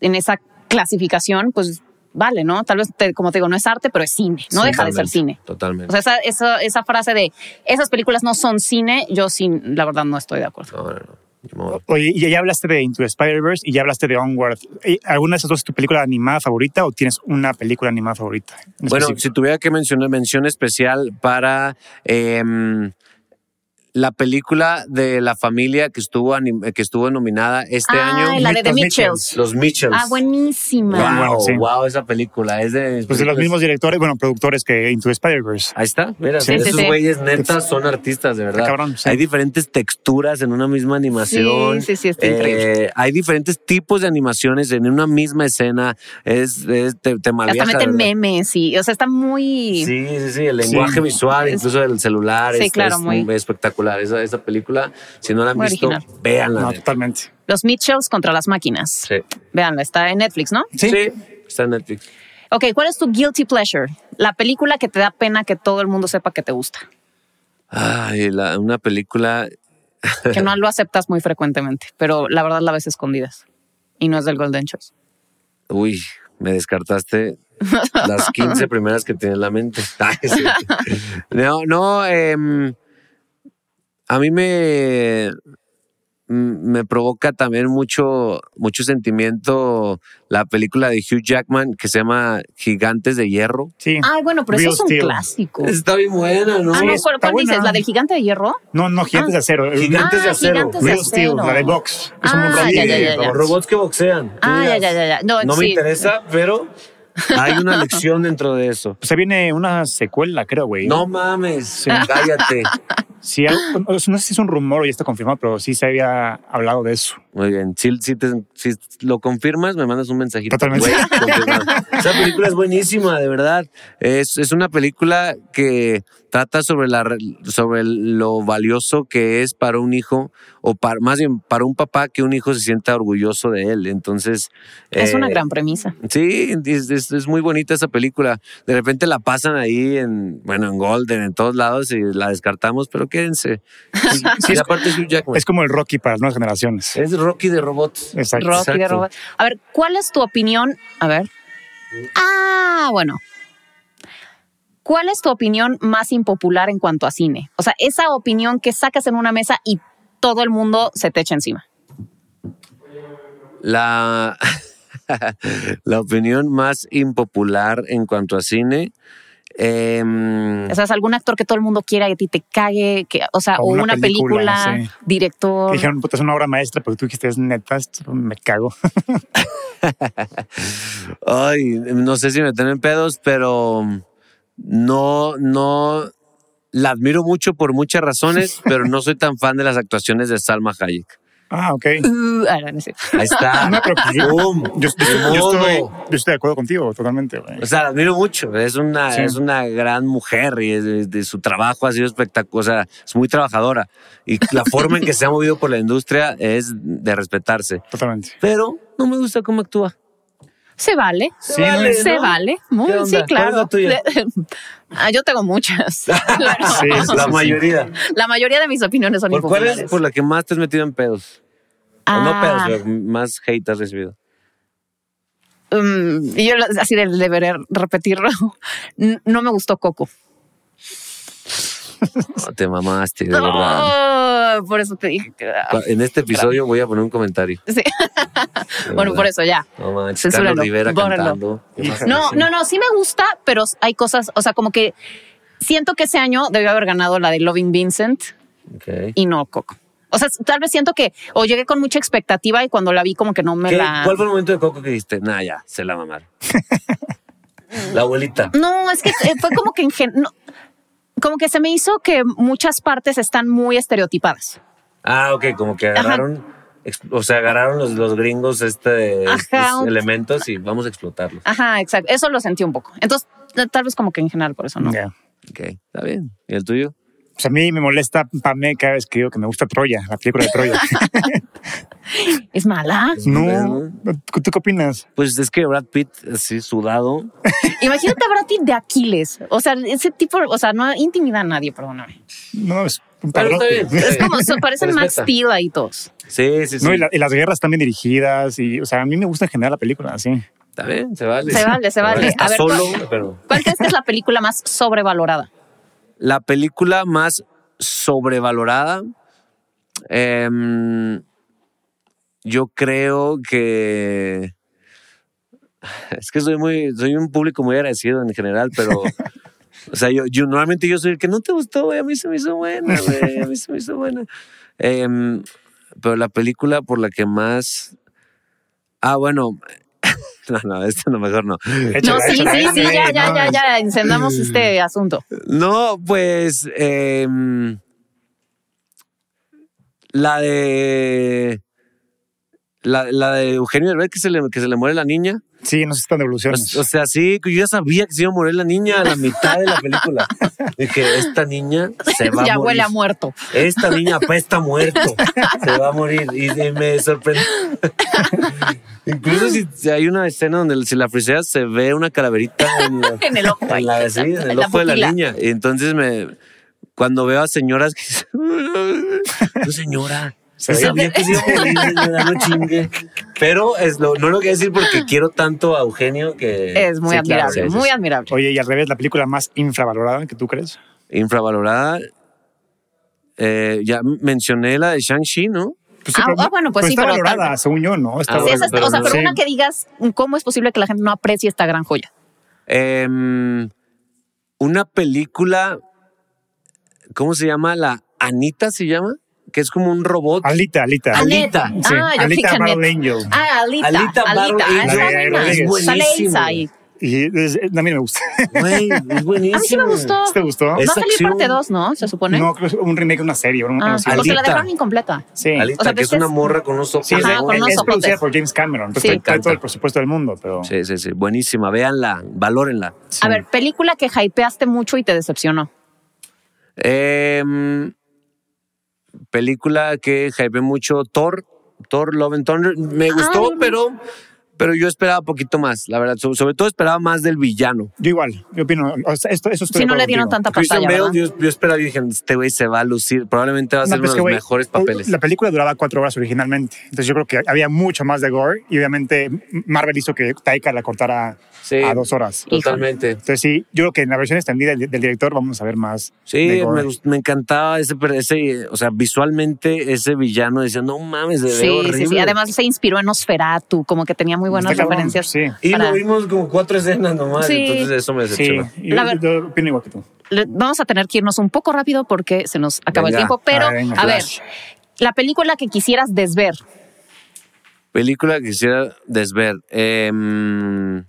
Speaker 1: en esa clasificación, pues vale, ¿no? Tal vez te- como te digo, no es arte, pero es cine, no deja de ser
Speaker 4: Totalmente,
Speaker 1: cine. O
Speaker 4: Totalmente.
Speaker 1: sea, esa, esa, esa frase de esas películas no son cine, yo sin la verdad no estoy de acuerdo.
Speaker 4: No, no, no. Ni modo.
Speaker 3: Oye, y ya hablaste de Into the Spider-Verse y ya hablaste de Onward. ¿Y ¿Alguna de esas dos es tu película animada favorita o tienes una película animada favorita? en
Speaker 4: Bueno,
Speaker 3: específico?
Speaker 4: si tuviera que mencionar mención especial para em, la película de la familia que estuvo anim- que estuvo nominada este
Speaker 1: Ah,
Speaker 4: año,
Speaker 1: la de The
Speaker 3: Los
Speaker 1: Mitchells.
Speaker 4: Los Mitchells.
Speaker 1: Ah, buenísima.
Speaker 4: Wow,
Speaker 3: Bueno, sí.
Speaker 4: wow, esa película es de mis
Speaker 3: pues de los
Speaker 4: películas-
Speaker 3: mismos directores, bueno, productores que Into the Spider-Verse.
Speaker 4: Ahí está, mira,
Speaker 1: Sí, sí,
Speaker 4: esos
Speaker 1: sí.
Speaker 4: güeyes netas son artistas, de verdad.
Speaker 3: cabrón, sí.
Speaker 4: Hay diferentes texturas en una misma animación. Eh,
Speaker 1: Sí, sí, sí, está increíble.
Speaker 4: Hay diferentes tipos de animaciones en una misma escena. Es, es- te, te
Speaker 1: Hasta
Speaker 4: malviaja,
Speaker 1: meten
Speaker 4: de verdad.
Speaker 1: memes y, o sea, está muy...
Speaker 4: Sí, sí, sí, el lenguaje
Speaker 3: Sí.
Speaker 4: visual, incluso del celular,
Speaker 1: Sí,
Speaker 4: es,
Speaker 1: claro,
Speaker 4: es
Speaker 1: muy-
Speaker 4: espectacular. Esa, esa película, si no la han
Speaker 1: Muy
Speaker 4: visto,
Speaker 1: original.
Speaker 4: véanla.
Speaker 3: No,
Speaker 4: neta.
Speaker 3: totalmente.
Speaker 1: Los Mitchells contra las máquinas.
Speaker 4: Sí.
Speaker 1: Veanla, está en Netflix, ¿no?
Speaker 3: Sí.
Speaker 4: Sí, está en Netflix.
Speaker 1: Ok, ¿cuál es tu guilty pleasure? La película que te da pena que todo el mundo sepa que te gusta,
Speaker 4: Ay, la- una película.
Speaker 1: que no lo aceptas muy frecuentemente, pero la verdad la ves escondidas y no es del Golden Choice.
Speaker 4: Uy, me descartaste las 15 primeras que tiene en la mente. Ay, sí. No, no. em, a mí me. Me provoca también mucho, mucho sentimiento la película de Hugh Jackman que se llama Gigantes de Hierro.
Speaker 3: Sí.
Speaker 1: Ay, bueno, pero
Speaker 3: Real
Speaker 1: eso es un
Speaker 3: Steel.
Speaker 1: clásico.
Speaker 4: Está bien buena, ¿no?
Speaker 1: Ah, no,
Speaker 3: Sí,
Speaker 1: ¿cuál, cuál
Speaker 3: está
Speaker 1: dices?
Speaker 3: buena.
Speaker 1: ¿La del gigante de hierro?
Speaker 3: No, no, gigantes de acero.
Speaker 2: Gigantes de
Speaker 1: Ah,
Speaker 2: acero.
Speaker 1: Gigantes de
Speaker 3: Real Steel,
Speaker 1: Acero.
Speaker 3: la de box. Es
Speaker 1: Ah,
Speaker 3: un robot.
Speaker 1: ya, ya, ya, ya.
Speaker 2: Como robots que boxean.
Speaker 1: Ah,
Speaker 2: Tú
Speaker 1: ya,
Speaker 2: dirás,
Speaker 1: ya, ya, ya. No,
Speaker 2: No me
Speaker 1: sí.
Speaker 2: interesa, pero
Speaker 4: Hay una lección dentro de eso.
Speaker 3: Se viene una secuela, creo, güey.
Speaker 4: No mames, cállate.
Speaker 3: Sí,
Speaker 1: Ah.
Speaker 3: algo- no sé si es un rumor o ya está confirmado, pero sí se había hablado de eso.
Speaker 4: Muy bien, si, si te- si lo confirmas, me mandas un mensajito.
Speaker 3: Totalmente.
Speaker 4: Güey, confirmado.
Speaker 2: esa película es buenísima, de
Speaker 4: de verdad, es, es una película que trata sobre, la, re- sobre lo valioso que es para un hijo, o para, más bien para un papá que un hijo se sienta orgulloso de él. Entonces...
Speaker 1: Es una
Speaker 4: eh,
Speaker 1: gran premisa.
Speaker 4: Sí, es, es- es muy bonita esa película. De repente la pasan ahí en, bueno, en Golden, en todos lados y la descartamos, pero quédense. Sí,
Speaker 3: es-
Speaker 4: aparte es Hugh Jackman.
Speaker 3: Es como el Rocky para las nuevas generaciones.
Speaker 4: Es Rocky de robots.
Speaker 3: Exacto.
Speaker 1: Rocky de
Speaker 4: exacto.
Speaker 1: robot. A ver, ¿cuál es tu opinión? A ver. Ah, bueno. ¿Cuál es tu opinión más impopular en cuanto a cine? O sea, esa opinión que sacas en una mesa y todo el mundo se te echa encima.
Speaker 4: La, la opinión más impopular en cuanto a cine. em,
Speaker 1: O sea, es algún actor que todo el mundo quiera y a ti te cague, que, o sea, o,
Speaker 3: O una
Speaker 1: una película,
Speaker 3: película, sí. Que
Speaker 1: director.
Speaker 3: dijeron, puta, es una obra maestra, pero tú dijiste, es neta, esto me cago.
Speaker 4: ay, no sé si me tienen pedos, pero no, no. La admiro mucho por muchas razones, pero no soy tan fan de las actuaciones de Salma Hayek.
Speaker 3: Ah, ok.
Speaker 1: Uh, ah, no, no es cierto.
Speaker 4: Ahí está.
Speaker 3: No, pero pues yo,
Speaker 4: Ah. Boom.
Speaker 3: yo- yo- yo
Speaker 4: Modo. Pues,
Speaker 3: estoy, yo estoy de acuerdo contigo, totalmente. güey.
Speaker 4: O sea, la admiro mucho. Es una,
Speaker 3: Sí.
Speaker 4: es una gran mujer y es- de, de su trabajo ha sido espectacular. O sea, es muy trabajadora. Y la forma en que se ha movido por la industria es de respetarse.
Speaker 3: Totalmente.
Speaker 4: Pero no me gusta cómo actúa.
Speaker 1: Se vale.
Speaker 2: Se vale,
Speaker 1: Se
Speaker 2: ¿no?
Speaker 1: vale. Muy-
Speaker 2: ¿Qué onda?
Speaker 1: sí,
Speaker 2: ¿Cuál
Speaker 1: claro.
Speaker 2: es la tuya?
Speaker 1: ah, yo tengo muchas. Claro.
Speaker 3: Sí, sí,
Speaker 4: La
Speaker 3: sí,
Speaker 4: mayoría.
Speaker 1: La mayoría de mis opiniones son
Speaker 4: ¿Por cuál
Speaker 1: impopulares.
Speaker 4: es por la que más te has metido en pedos? O no pedos,
Speaker 1: Ah,
Speaker 4: pero más hate has recibido.
Speaker 1: mm, y yo lo- así de deber repetirlo. N- No me gustó Coco.
Speaker 4: No, te mamaste, de verdad.
Speaker 1: Oh, por eso te dije. que-
Speaker 4: En este episodio voy a poner un comentario.
Speaker 1: Sí.
Speaker 4: de
Speaker 1: Bueno,
Speaker 4: verdad.
Speaker 1: por eso ya.
Speaker 4: No manches,
Speaker 1: Censúralo,
Speaker 4: Carlos Rivera
Speaker 1: bórralo.
Speaker 4: cantando. ¿Qué
Speaker 3: Pues,
Speaker 4: más?
Speaker 1: No, no, no, sí me gusta, pero hay cosas, o sea, como que siento que ese año debió haber ganado la de Loving Vincent
Speaker 4: Ok.
Speaker 1: y no Coco. O sea, tal vez siento que o llegué con mucha expectativa y cuando la vi como que no me
Speaker 4: ¿Qué-
Speaker 1: la...
Speaker 4: ¿Cuál fue el momento de Coco que dijiste? Nah, ya, se la mamaron. la abuelita.
Speaker 1: No, es que eh, fue como que ingen- no, como que se me hizo que muchas partes están muy estereotipadas.
Speaker 4: Ah, ok, como que
Speaker 1: Ajá.
Speaker 4: agarraron, ex- o sea, agarraron los, los gringos este,
Speaker 1: Ajá,
Speaker 4: estos
Speaker 1: un-
Speaker 4: elementos y vamos a explotarlos.
Speaker 1: Ajá, exacto. Eso lo sentí un poco. Entonces, eh, tal vez como que en general por eso no.
Speaker 3: Ya.
Speaker 4: Ok, está bien. ¿Y el tuyo?
Speaker 3: Pues a mí me molesta Pamé cada vez que digo que me gusta Troya, la película de Troya.
Speaker 1: Es mala.
Speaker 3: no, ¿tú tú qué opinas?
Speaker 4: Pues es que Brad Pitt, así sudado,
Speaker 1: Imagínate a Brad Pitt de Aquiles. O sea, ese tipo, o sea, no intimida a nadie, perdóname.
Speaker 3: No, es un
Speaker 4: Pero está
Speaker 3: padrote.
Speaker 4: bien.
Speaker 1: Es como, so- parecen
Speaker 4: Respeta.
Speaker 1: Max Steel ahí todos.
Speaker 4: Sí, sí, sí.
Speaker 3: No, y, la- y las guerras están bien dirigidas y, o sea, a mí me gusta en general la película, sí.
Speaker 4: Está bien, se vale.
Speaker 1: Se vale, se vale.
Speaker 4: Está
Speaker 1: A ver,
Speaker 4: solo,
Speaker 1: ¿cuál-
Speaker 4: pero.
Speaker 1: ¿Cuál crees que es la película más sobrevalorada?
Speaker 4: La película más sobrevalorada. em, yo creo que. Es que soy muy. Soy un público muy agradecido en general, pero. O sea, yo, yo- normalmente yo soy el que no te gustó, güey. A mí se me hizo buena, güey. A mí se me hizo buena. Em, pero la película por la que más. Ah, bueno. No, no, esto no, mejor no.
Speaker 1: No,
Speaker 3: Échala,
Speaker 1: sí,
Speaker 3: échala,
Speaker 1: sí, sí,
Speaker 3: échala,
Speaker 1: ya, ya,
Speaker 3: no,
Speaker 1: ya,
Speaker 3: es-
Speaker 1: ya, encendamos este asunto.
Speaker 4: No, pues. em, la de. la, la de Eugenio Derbez que se le, que se le muere la niña.
Speaker 3: Sí, no sé si están de evoluciones.
Speaker 1: Pues,
Speaker 4: O, o sea, sí, yo ya sabía que se iba a morir la niña a la mitad de la película. Dije, esta niña se va a
Speaker 1: ya
Speaker 4: morir.
Speaker 1: huele a muerto.
Speaker 2: Esta niña apesta a muerto. Se va a morir. Y, y me sorprendió.
Speaker 4: Incluso si, si hay una escena donde si la friseas se ve una calaverita en la,
Speaker 1: En el ojo.
Speaker 4: en la- sí, en el
Speaker 1: En la
Speaker 4: ojo de
Speaker 1: pupila.
Speaker 4: la niña. Y entonces me cuando veo a señoras que no señora,
Speaker 3: Se
Speaker 4: esa
Speaker 2: Sabía
Speaker 4: vieja-
Speaker 2: que se iba a morir, señora, no chingue. Pero es lo- no lo quiero decir porque quiero tanto a Eugenio que.
Speaker 1: Es muy
Speaker 4: Sí, claro,
Speaker 1: admirable,
Speaker 4: sí, sí,
Speaker 1: muy
Speaker 4: sí.
Speaker 1: admirable.
Speaker 3: Oye, y al revés, la película más infravalorada que tú crees.
Speaker 4: infravalorada. Eh, ya mencioné la de Shang-Chi, ¿no?
Speaker 3: Pues
Speaker 1: Ah, ah, bueno, pues sí,
Speaker 3: está
Speaker 1: pero-
Speaker 3: valorada, según yo, ¿no? Está
Speaker 4: Ah,
Speaker 1: Sí,
Speaker 4: bueno,
Speaker 1: esa está-
Speaker 4: pero
Speaker 1: o sea,
Speaker 4: no
Speaker 1: pero
Speaker 3: sé.
Speaker 1: una que digas, ¿cómo es posible que la gente no aprecie esta gran joya?
Speaker 4: Em, una película, ¿cómo se llama? La Anita se llama, que es como un robot.
Speaker 3: Alita, Alita.
Speaker 4: Alita.
Speaker 3: Sí,
Speaker 1: Ah, yo
Speaker 3: Alita
Speaker 1: fíjame.
Speaker 3: Battle Angel.
Speaker 1: Ah, Alita. Alita,
Speaker 2: Alita Battle
Speaker 1: Ah,
Speaker 2: Angel.
Speaker 1: esa
Speaker 3: La de
Speaker 1: buena.
Speaker 3: Rodríguez.
Speaker 1: Sale
Speaker 2: Buenísimo.
Speaker 1: Elsa ahí.
Speaker 3: Y es- a mí me gusta.
Speaker 2: Güey, es buenísimo.
Speaker 1: A mí sí me gustó.
Speaker 4: Este,
Speaker 3: ¿Te gustó?
Speaker 1: Va a
Speaker 4: Es
Speaker 1: salir
Speaker 4: acción.
Speaker 1: parte 2, ¿no? Se supone.
Speaker 3: No, creo que es un remake de una serie. una
Speaker 1: Ah,
Speaker 3: conocida.
Speaker 1: porque la
Speaker 4: Alita.
Speaker 1: dejaron incompleta.
Speaker 3: Sí.
Speaker 2: Alita,
Speaker 1: O sea,
Speaker 2: que es
Speaker 1: pues
Speaker 2: una
Speaker 1: es-
Speaker 2: morra con unos ojos.
Speaker 3: Sí, es,
Speaker 1: Ajá,
Speaker 3: de-
Speaker 1: con unos
Speaker 3: es
Speaker 1: ojotes.
Speaker 3: producida por James Cameron. Entonces
Speaker 1: Sí.
Speaker 3: trae- trae todo el presupuesto del mundo, pero
Speaker 4: Sí, sí, sí. Buenísima. Véanla, valórenla.
Speaker 1: A ver, película que hypeaste mucho y te decepcionó.
Speaker 4: Em, película que hype mucho, Thor, Thor Love and Thunder. Me gustó, pero, pero yo esperaba poquito más, la verdad. So- Sobre todo esperaba más del villano.
Speaker 3: yo igual, yo opino, o sea, esto, eso estoy
Speaker 1: Si
Speaker 3: de
Speaker 1: no
Speaker 3: acuerdo
Speaker 1: le dieron
Speaker 3: contigo.
Speaker 1: tanta
Speaker 4: Christian
Speaker 1: pantalla,
Speaker 4: Bale,
Speaker 1: ¿verdad?
Speaker 4: yo, yo esperaba y dije, este güey se va a lucir. Probablemente va a
Speaker 3: No,
Speaker 4: ser
Speaker 3: pues
Speaker 4: uno de
Speaker 3: que,
Speaker 4: los
Speaker 3: güey,
Speaker 4: mejores papeles.
Speaker 3: La película duraba cuatro horas originalmente, entonces yo creo que había mucho más de gore y obviamente Marvel hizo que Taika la cortara
Speaker 4: Sí.
Speaker 3: a dos horas.
Speaker 4: Totalmente.
Speaker 3: Entonces sí, yo creo que en la versión extendida del, del director vamos a ver más.
Speaker 4: Sí,
Speaker 3: de gore.
Speaker 4: me, gust- me encantaba ese, per- ese, o sea, visualmente ese villano decía, no mames, se ve
Speaker 1: Sí, sí, sí.
Speaker 4: horrible".
Speaker 1: Además se inspiró en Osferatu, como que tenía muy buenas
Speaker 3: Está cabrón,
Speaker 1: referencias.
Speaker 3: Sí,
Speaker 2: Y
Speaker 1: Para-
Speaker 2: lo vimos como cuatro escenas nomás.
Speaker 1: Sí.
Speaker 2: Entonces eso me
Speaker 3: sí.
Speaker 2: decepcionó.
Speaker 3: Yo,
Speaker 1: La ver-
Speaker 3: yo opino igual que tú.
Speaker 1: Le- Vamos a tener que irnos un poco rápido porque se nos acaba el
Speaker 4: Venga.
Speaker 1: tiempo, pero
Speaker 3: Ah, venga,
Speaker 1: a ver,
Speaker 3: flash.
Speaker 1: la película que quisieras desver.
Speaker 4: Película que quisiera desver. em,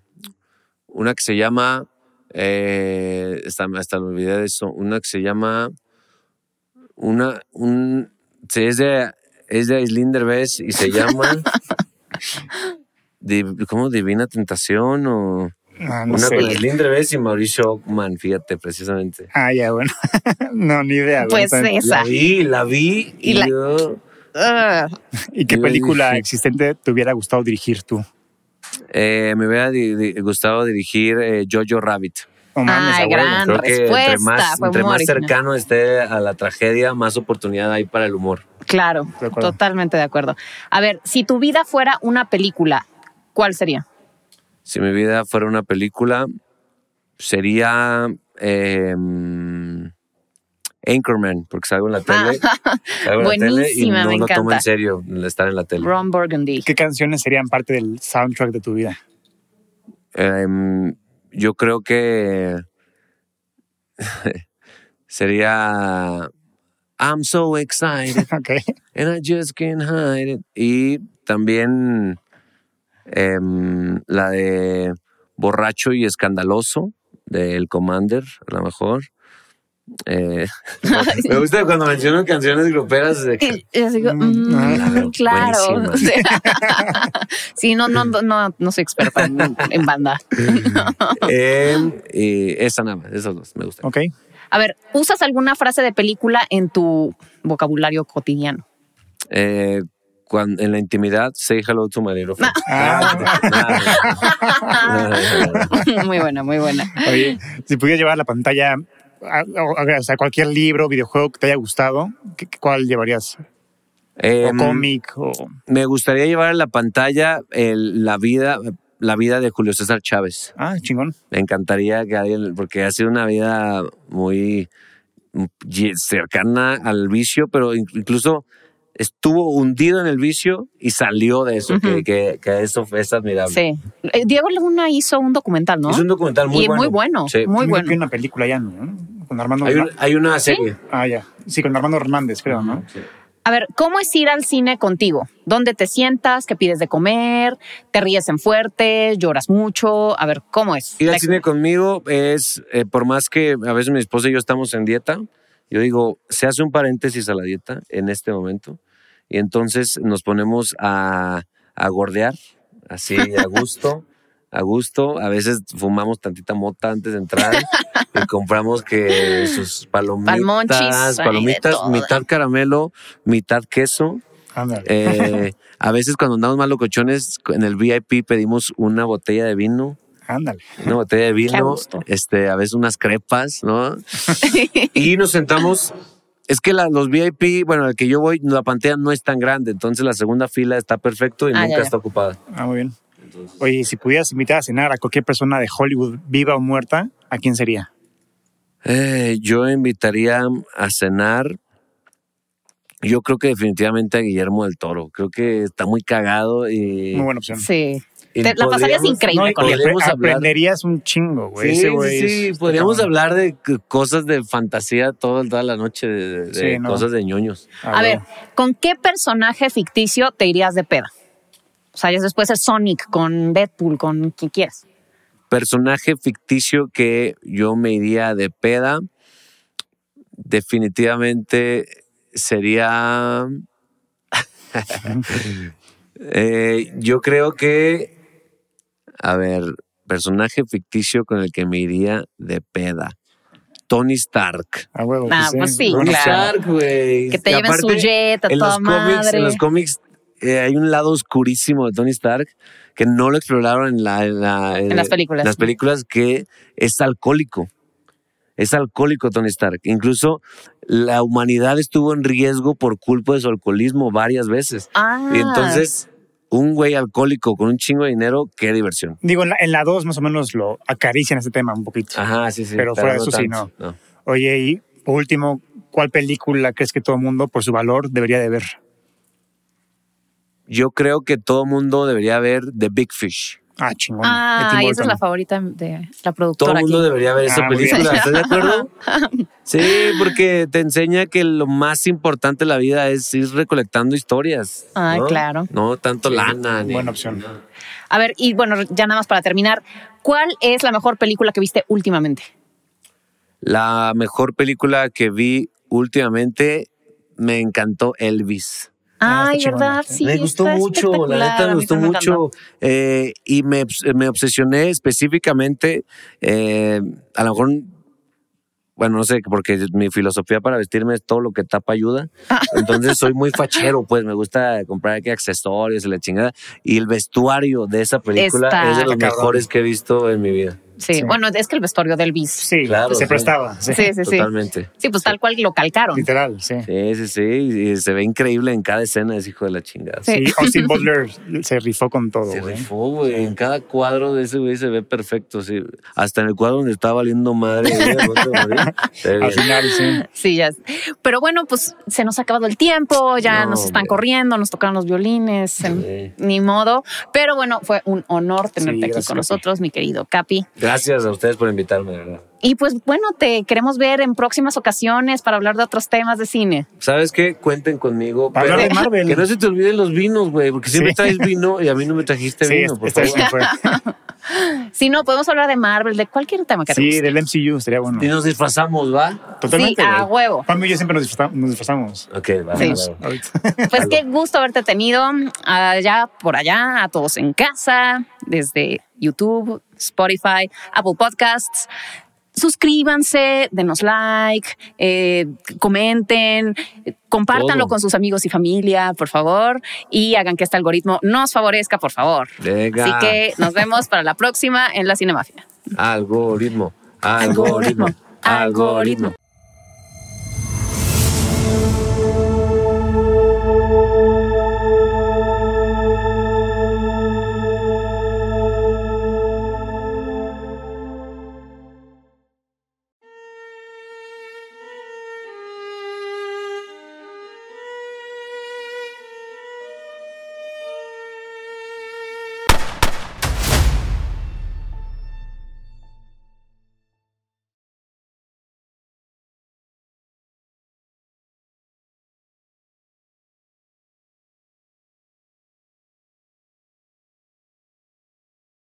Speaker 4: una que se llama. Eh, esta- hasta me olvidé de eso. Una que se llama. Una. Un, sí, es de. Es de Aislinn Derbez y se llama. Div- ¿Cómo? Divina Tentación o.
Speaker 3: Ah, no
Speaker 2: Una
Speaker 3: sé.
Speaker 2: con el Derbez y Mauricio Ockman.
Speaker 4: Man, fíjate, precisamente.
Speaker 3: Ah, ya, bueno. no, ni idea. güey.
Speaker 1: Pues
Speaker 3: Entonces,
Speaker 1: esa.
Speaker 2: La vi, la vi
Speaker 1: Y
Speaker 2: y,
Speaker 1: la-
Speaker 2: yo-
Speaker 1: Ugh.
Speaker 3: ¿Y qué
Speaker 4: Yo
Speaker 3: película
Speaker 4: dije-
Speaker 3: existente te hubiera gustado dirigir tú?
Speaker 4: Eh, me hubiera di- di- gustado dirigir eh, Jojo Rabbit.
Speaker 3: No mames,
Speaker 1: Ay,
Speaker 3: abuelo.
Speaker 1: gran
Speaker 4: Creo que entre
Speaker 1: Ah, respuesta.
Speaker 4: más,
Speaker 1: Fue
Speaker 4: entre
Speaker 1: muy
Speaker 4: más
Speaker 1: original.
Speaker 4: cercano esté a la tragedia, más oportunidad hay para el humor.
Speaker 1: Claro,
Speaker 3: De acuerdo.
Speaker 1: totalmente de acuerdo. A ver, si tu vida fuera una película, ¿cuál sería?
Speaker 4: Si mi vida fuera una película, sería eh, Anchorman, porque salgo en la tele. salgo en la tele
Speaker 1: Ah,
Speaker 4: y
Speaker 1: Buenísima,
Speaker 4: no
Speaker 1: me
Speaker 4: lo tomo
Speaker 1: encanta.
Speaker 4: en serio el estar en la tele.
Speaker 1: Ron Burgundy.
Speaker 3: ¿Qué canciones serían parte del soundtrack de tu vida?
Speaker 4: Em, yo creo que sería I'm so excited
Speaker 3: Ok.
Speaker 4: and I just can't hide it. Y también em, la de Borracho y Escandaloso del Commander, a lo mejor. Eh,
Speaker 2: Me gusta cuando mencionan canciones gruperas. de-
Speaker 1: Y- y así como,
Speaker 3: Mm,
Speaker 1: mm,
Speaker 4: claro,
Speaker 1: claro.
Speaker 4: buenísima.
Speaker 1: O sea, sí, no, no, no, no, no soy experta en, en banda.
Speaker 4: em, y esa nada más, esas dos me gustan.
Speaker 3: Ok.
Speaker 1: A ver, ¿usas alguna frase de película en tu vocabulario cotidiano?
Speaker 4: Eh, cuan- en la intimidad, say hello to my little friend.
Speaker 3: Ah.
Speaker 4: Nada, nada, nada.
Speaker 1: muy buena, muy buena.
Speaker 3: Oye, si pudieras llevar la pantalla a, a- a- o sea, cualquier libro, videojuego que te haya gustado, ¿qué- qué- ¿cuál llevarías?
Speaker 4: Em,
Speaker 3: o cómic, o
Speaker 4: Me gustaría llevar a la pantalla el- la vida la vida de Julio César Chávez.
Speaker 3: ah, chingón.
Speaker 4: Me encantaría que alguien, porque ha sido una vida muy ye- cercana al vicio, pero in- incluso estuvo hundido en el vicio y salió de eso, que-
Speaker 1: Ujú.
Speaker 4: que, que eso es admirable.
Speaker 1: Sí. Eh, Diego Luna hizo un documental, ¿no?
Speaker 2: Es un documental muy
Speaker 1: y
Speaker 2: bueno.
Speaker 1: muy bueno,
Speaker 4: Sí.
Speaker 1: muy
Speaker 3: Creo que
Speaker 1: bueno.
Speaker 3: Hay una película ya, ¿no? Con Armando.
Speaker 2: Hay, un-
Speaker 3: Hernández.
Speaker 2: hay una serie.
Speaker 3: Ah, ya. Sí, con Armando Hernández, creo, ¿no?
Speaker 1: A ver, ¿cómo es ir al cine contigo? ¿Dónde te sientas? ¿Qué pides de comer? ¿Te ríes en fuerte? ¿Lloras mucho? A ver, ¿cómo es?
Speaker 4: Ir
Speaker 1: La-
Speaker 4: al cine conmigo es, eh, por más que a veces mi esposa y yo estamos en dieta, yo digo, se hace un paréntesis a la dieta en este momento. Y entonces nos ponemos a, a a gordear, así a gusto. A gusto, a veces fumamos tantita mota antes de entrar y compramos que sus palomitas,
Speaker 1: Palmonchis,
Speaker 4: palomitas,
Speaker 1: ay, de todo.
Speaker 4: mitad caramelo, mitad queso.
Speaker 3: Ándale.
Speaker 4: Eh, a veces cuando andamos más locochones en el VIP pedimos una botella de vino,
Speaker 3: Ándale.
Speaker 4: una botella de
Speaker 1: a
Speaker 4: vino,
Speaker 1: gusto.
Speaker 4: este, a veces unas crepas, ¿no?
Speaker 2: Y nos sentamos
Speaker 4: Es que la- los VIP, bueno, al que yo voy, la pantalla no es tan grande, entonces la segunda fila está perfecto y
Speaker 1: Ah,
Speaker 4: nunca
Speaker 1: ya, ya.
Speaker 4: está ocupada.
Speaker 3: Ah, muy bien. Oye, si pudieras invitar a cenar a cualquier persona de Hollywood, viva o muerta, ¿a quién sería?
Speaker 4: Eh, yo invitaría a cenar. Yo creo que definitivamente a Guillermo del Toro. Creo que está muy cagado y.
Speaker 3: Muy buena opción.
Speaker 1: Sí.
Speaker 4: y
Speaker 1: Te- la pasarías
Speaker 4: podríamos-
Speaker 1: increíble
Speaker 4: no, y
Speaker 1: con él.
Speaker 4: podríamos
Speaker 3: Apre-
Speaker 4: hablar-
Speaker 3: Aprenderías un chingo, güey.
Speaker 4: Sí,
Speaker 3: Ese
Speaker 4: sí,
Speaker 3: güey
Speaker 4: sí,
Speaker 3: es-
Speaker 4: podríamos
Speaker 3: cabrón.
Speaker 4: hablar de c- cosas de fantasía todo, toda la noche, de, de- de
Speaker 3: Sí, no.
Speaker 4: cosas de ñoños.
Speaker 1: A ver, ¿con qué personaje ficticio te irías de peda? O sea, ya después es Sonic, con Deadpool, con quien quieras.
Speaker 4: Personaje ficticio que yo me iría de peda, definitivamente sería... Eh, yo creo que... A ver, personaje ficticio con el que me iría de peda. Tony Stark.
Speaker 3: A huevo.
Speaker 1: Ah, pues sí,
Speaker 3: buena opción.
Speaker 1: claro.
Speaker 4: Stark, güey.
Speaker 1: Que te
Speaker 4: Y
Speaker 1: lleven su jet a
Speaker 4: en
Speaker 1: toda
Speaker 4: los cómics,
Speaker 1: madre.
Speaker 4: en los cómics eh, hay un lado oscurísimo de Tony Stark que no lo exploraron en, la- en la- en-
Speaker 1: En las películas.
Speaker 4: en las películas que es alcohólico. Es alcohólico Tony Stark. Incluso la humanidad estuvo en riesgo por culpa de su alcoholismo varias veces.
Speaker 1: Ah,
Speaker 4: Y entonces, un güey alcohólico con un chingo de dinero, qué diversión.
Speaker 3: Digo, en la- en la 2 más o menos lo acarician ese tema un poquito.
Speaker 4: Ajá, sí, sí.
Speaker 3: Pero fuera de eso sí,
Speaker 4: tanto, no.
Speaker 3: Oye, y por último, ¿cuál película crees que todo el mundo, por su valor, debería de ver?
Speaker 4: Yo creo que todo mundo debería ver The Big Fish.
Speaker 3: Ah, chingón. de
Speaker 1: Ah,
Speaker 3: Tim
Speaker 1: y esa es
Speaker 3: Burton.
Speaker 1: la favorita de la
Speaker 4: Todo
Speaker 1: productora.
Speaker 4: el mundo
Speaker 1: aquí.
Speaker 4: debería ver esa
Speaker 3: Ah, muy bien.
Speaker 4: película, ¿estás de acuerdo? Sí, porque te enseña que lo más importante de la vida es ir recolectando historias.
Speaker 1: Ah,
Speaker 4: ¿no?
Speaker 1: claro.
Speaker 4: No tanto lana. ni-
Speaker 3: Buena opción.
Speaker 1: A ver, y bueno, ya nada más para terminar, ¿cuál es la mejor película que viste últimamente?
Speaker 4: La mejor película que vi últimamente me encantó Elvis.
Speaker 3: Ah,
Speaker 1: Ay,
Speaker 3: está chingona.
Speaker 1: ¿verdad? Sí.
Speaker 4: me gustó
Speaker 1: está
Speaker 4: mucho, la
Speaker 1: espectacular,
Speaker 4: neta
Speaker 1: a
Speaker 4: me
Speaker 1: mí
Speaker 4: gustó
Speaker 1: también me encantó.
Speaker 4: mucho. eh, y me, obs- me obsesioné específicamente, eh, a lo mejor, bueno, no sé, porque mi filosofía para vestirme es todo lo que tapa ayuda. Entonces soy muy fachero, pues me gusta comprar aquí accesorios y la chingada. Y el vestuario de esa película
Speaker 1: Está-
Speaker 4: es de los
Speaker 3: Está cabrón.
Speaker 4: mejores que he visto en mi vida.
Speaker 1: Sí,
Speaker 3: Sí.
Speaker 1: bueno, es que el vestuario del bis.
Speaker 3: Sí,
Speaker 4: Claro,
Speaker 3: se
Speaker 4: sí.
Speaker 3: prestaba.
Speaker 1: Sí,
Speaker 3: sí.
Speaker 1: sí, sí.
Speaker 4: Totalmente.
Speaker 1: Sí, pues tal cual lo calcaron.
Speaker 3: Literal, sí.
Speaker 4: Sí, sí, sí. Y se ve increíble en cada escena, es hijo de la chingada.
Speaker 1: Sí.
Speaker 3: Sí, Austin Butler se rifó con todo,
Speaker 4: Se
Speaker 3: güey.
Speaker 4: rifó, güey. En cada cuadro de ese güey se ve perfecto, sí. Hasta en el cuadro donde está valiendo madre. güey, a punto de morir, se ve
Speaker 3: Al
Speaker 4: bien.
Speaker 3: final, sí.
Speaker 1: Sí, ya. Pero bueno, pues se nos ha acabado el tiempo, ya
Speaker 4: No,
Speaker 1: nos están
Speaker 4: hombre.
Speaker 1: corriendo, nos tocaron los violines, en- ni modo. Pero bueno, fue un honor tenerte
Speaker 3: Sí,
Speaker 1: aquí
Speaker 3: gracias,
Speaker 1: con
Speaker 3: Capi.
Speaker 1: nosotros, mi querido Capi.
Speaker 4: Gracias a ustedes por invitarme, de verdad.
Speaker 1: Y pues bueno, te queremos ver en próximas ocasiones para hablar de otros temas de cine.
Speaker 4: ¿Sabes qué? Cuenten conmigo.
Speaker 3: Para hablar de Marvel.
Speaker 4: Que no se te olviden los vinos, güey, porque siempre traes vino y a mí no me trajiste
Speaker 3: Sí,
Speaker 4: Este vino, por
Speaker 3: esta vez
Speaker 4: favor.
Speaker 3: se fue.
Speaker 1: Si no, podemos hablar de Marvel, de cualquier tema que te
Speaker 3: Sí,
Speaker 1: guste.
Speaker 3: del MCU sería bueno.
Speaker 4: Y nos disfrazamos, ¿va?
Speaker 3: Totalmente.
Speaker 1: sí, ah, a
Speaker 3: güey.
Speaker 1: huevo.
Speaker 3: Pam y yo siempre nos disfrazamos. Nos disfrazamos.
Speaker 4: Ok, va.
Speaker 1: Sí.
Speaker 4: va, va.
Speaker 3: Ahorita.
Speaker 1: Pues qué gusto haberte tenido allá por allá, a todos en casa, desde YouTube, Spotify, Apple Podcasts. Suscríbanse, denos like, eh, comenten, eh, compártanlo
Speaker 4: Todo.
Speaker 1: con sus amigos y familia, por favor, y hagan que este algoritmo nos favorezca, por favor.
Speaker 4: Venga.
Speaker 1: Así que nos vemos para la próxima en la Cinemafia.
Speaker 4: Algoritmo. Algoritmo.
Speaker 1: Algoritmo.
Speaker 4: Algoritmo.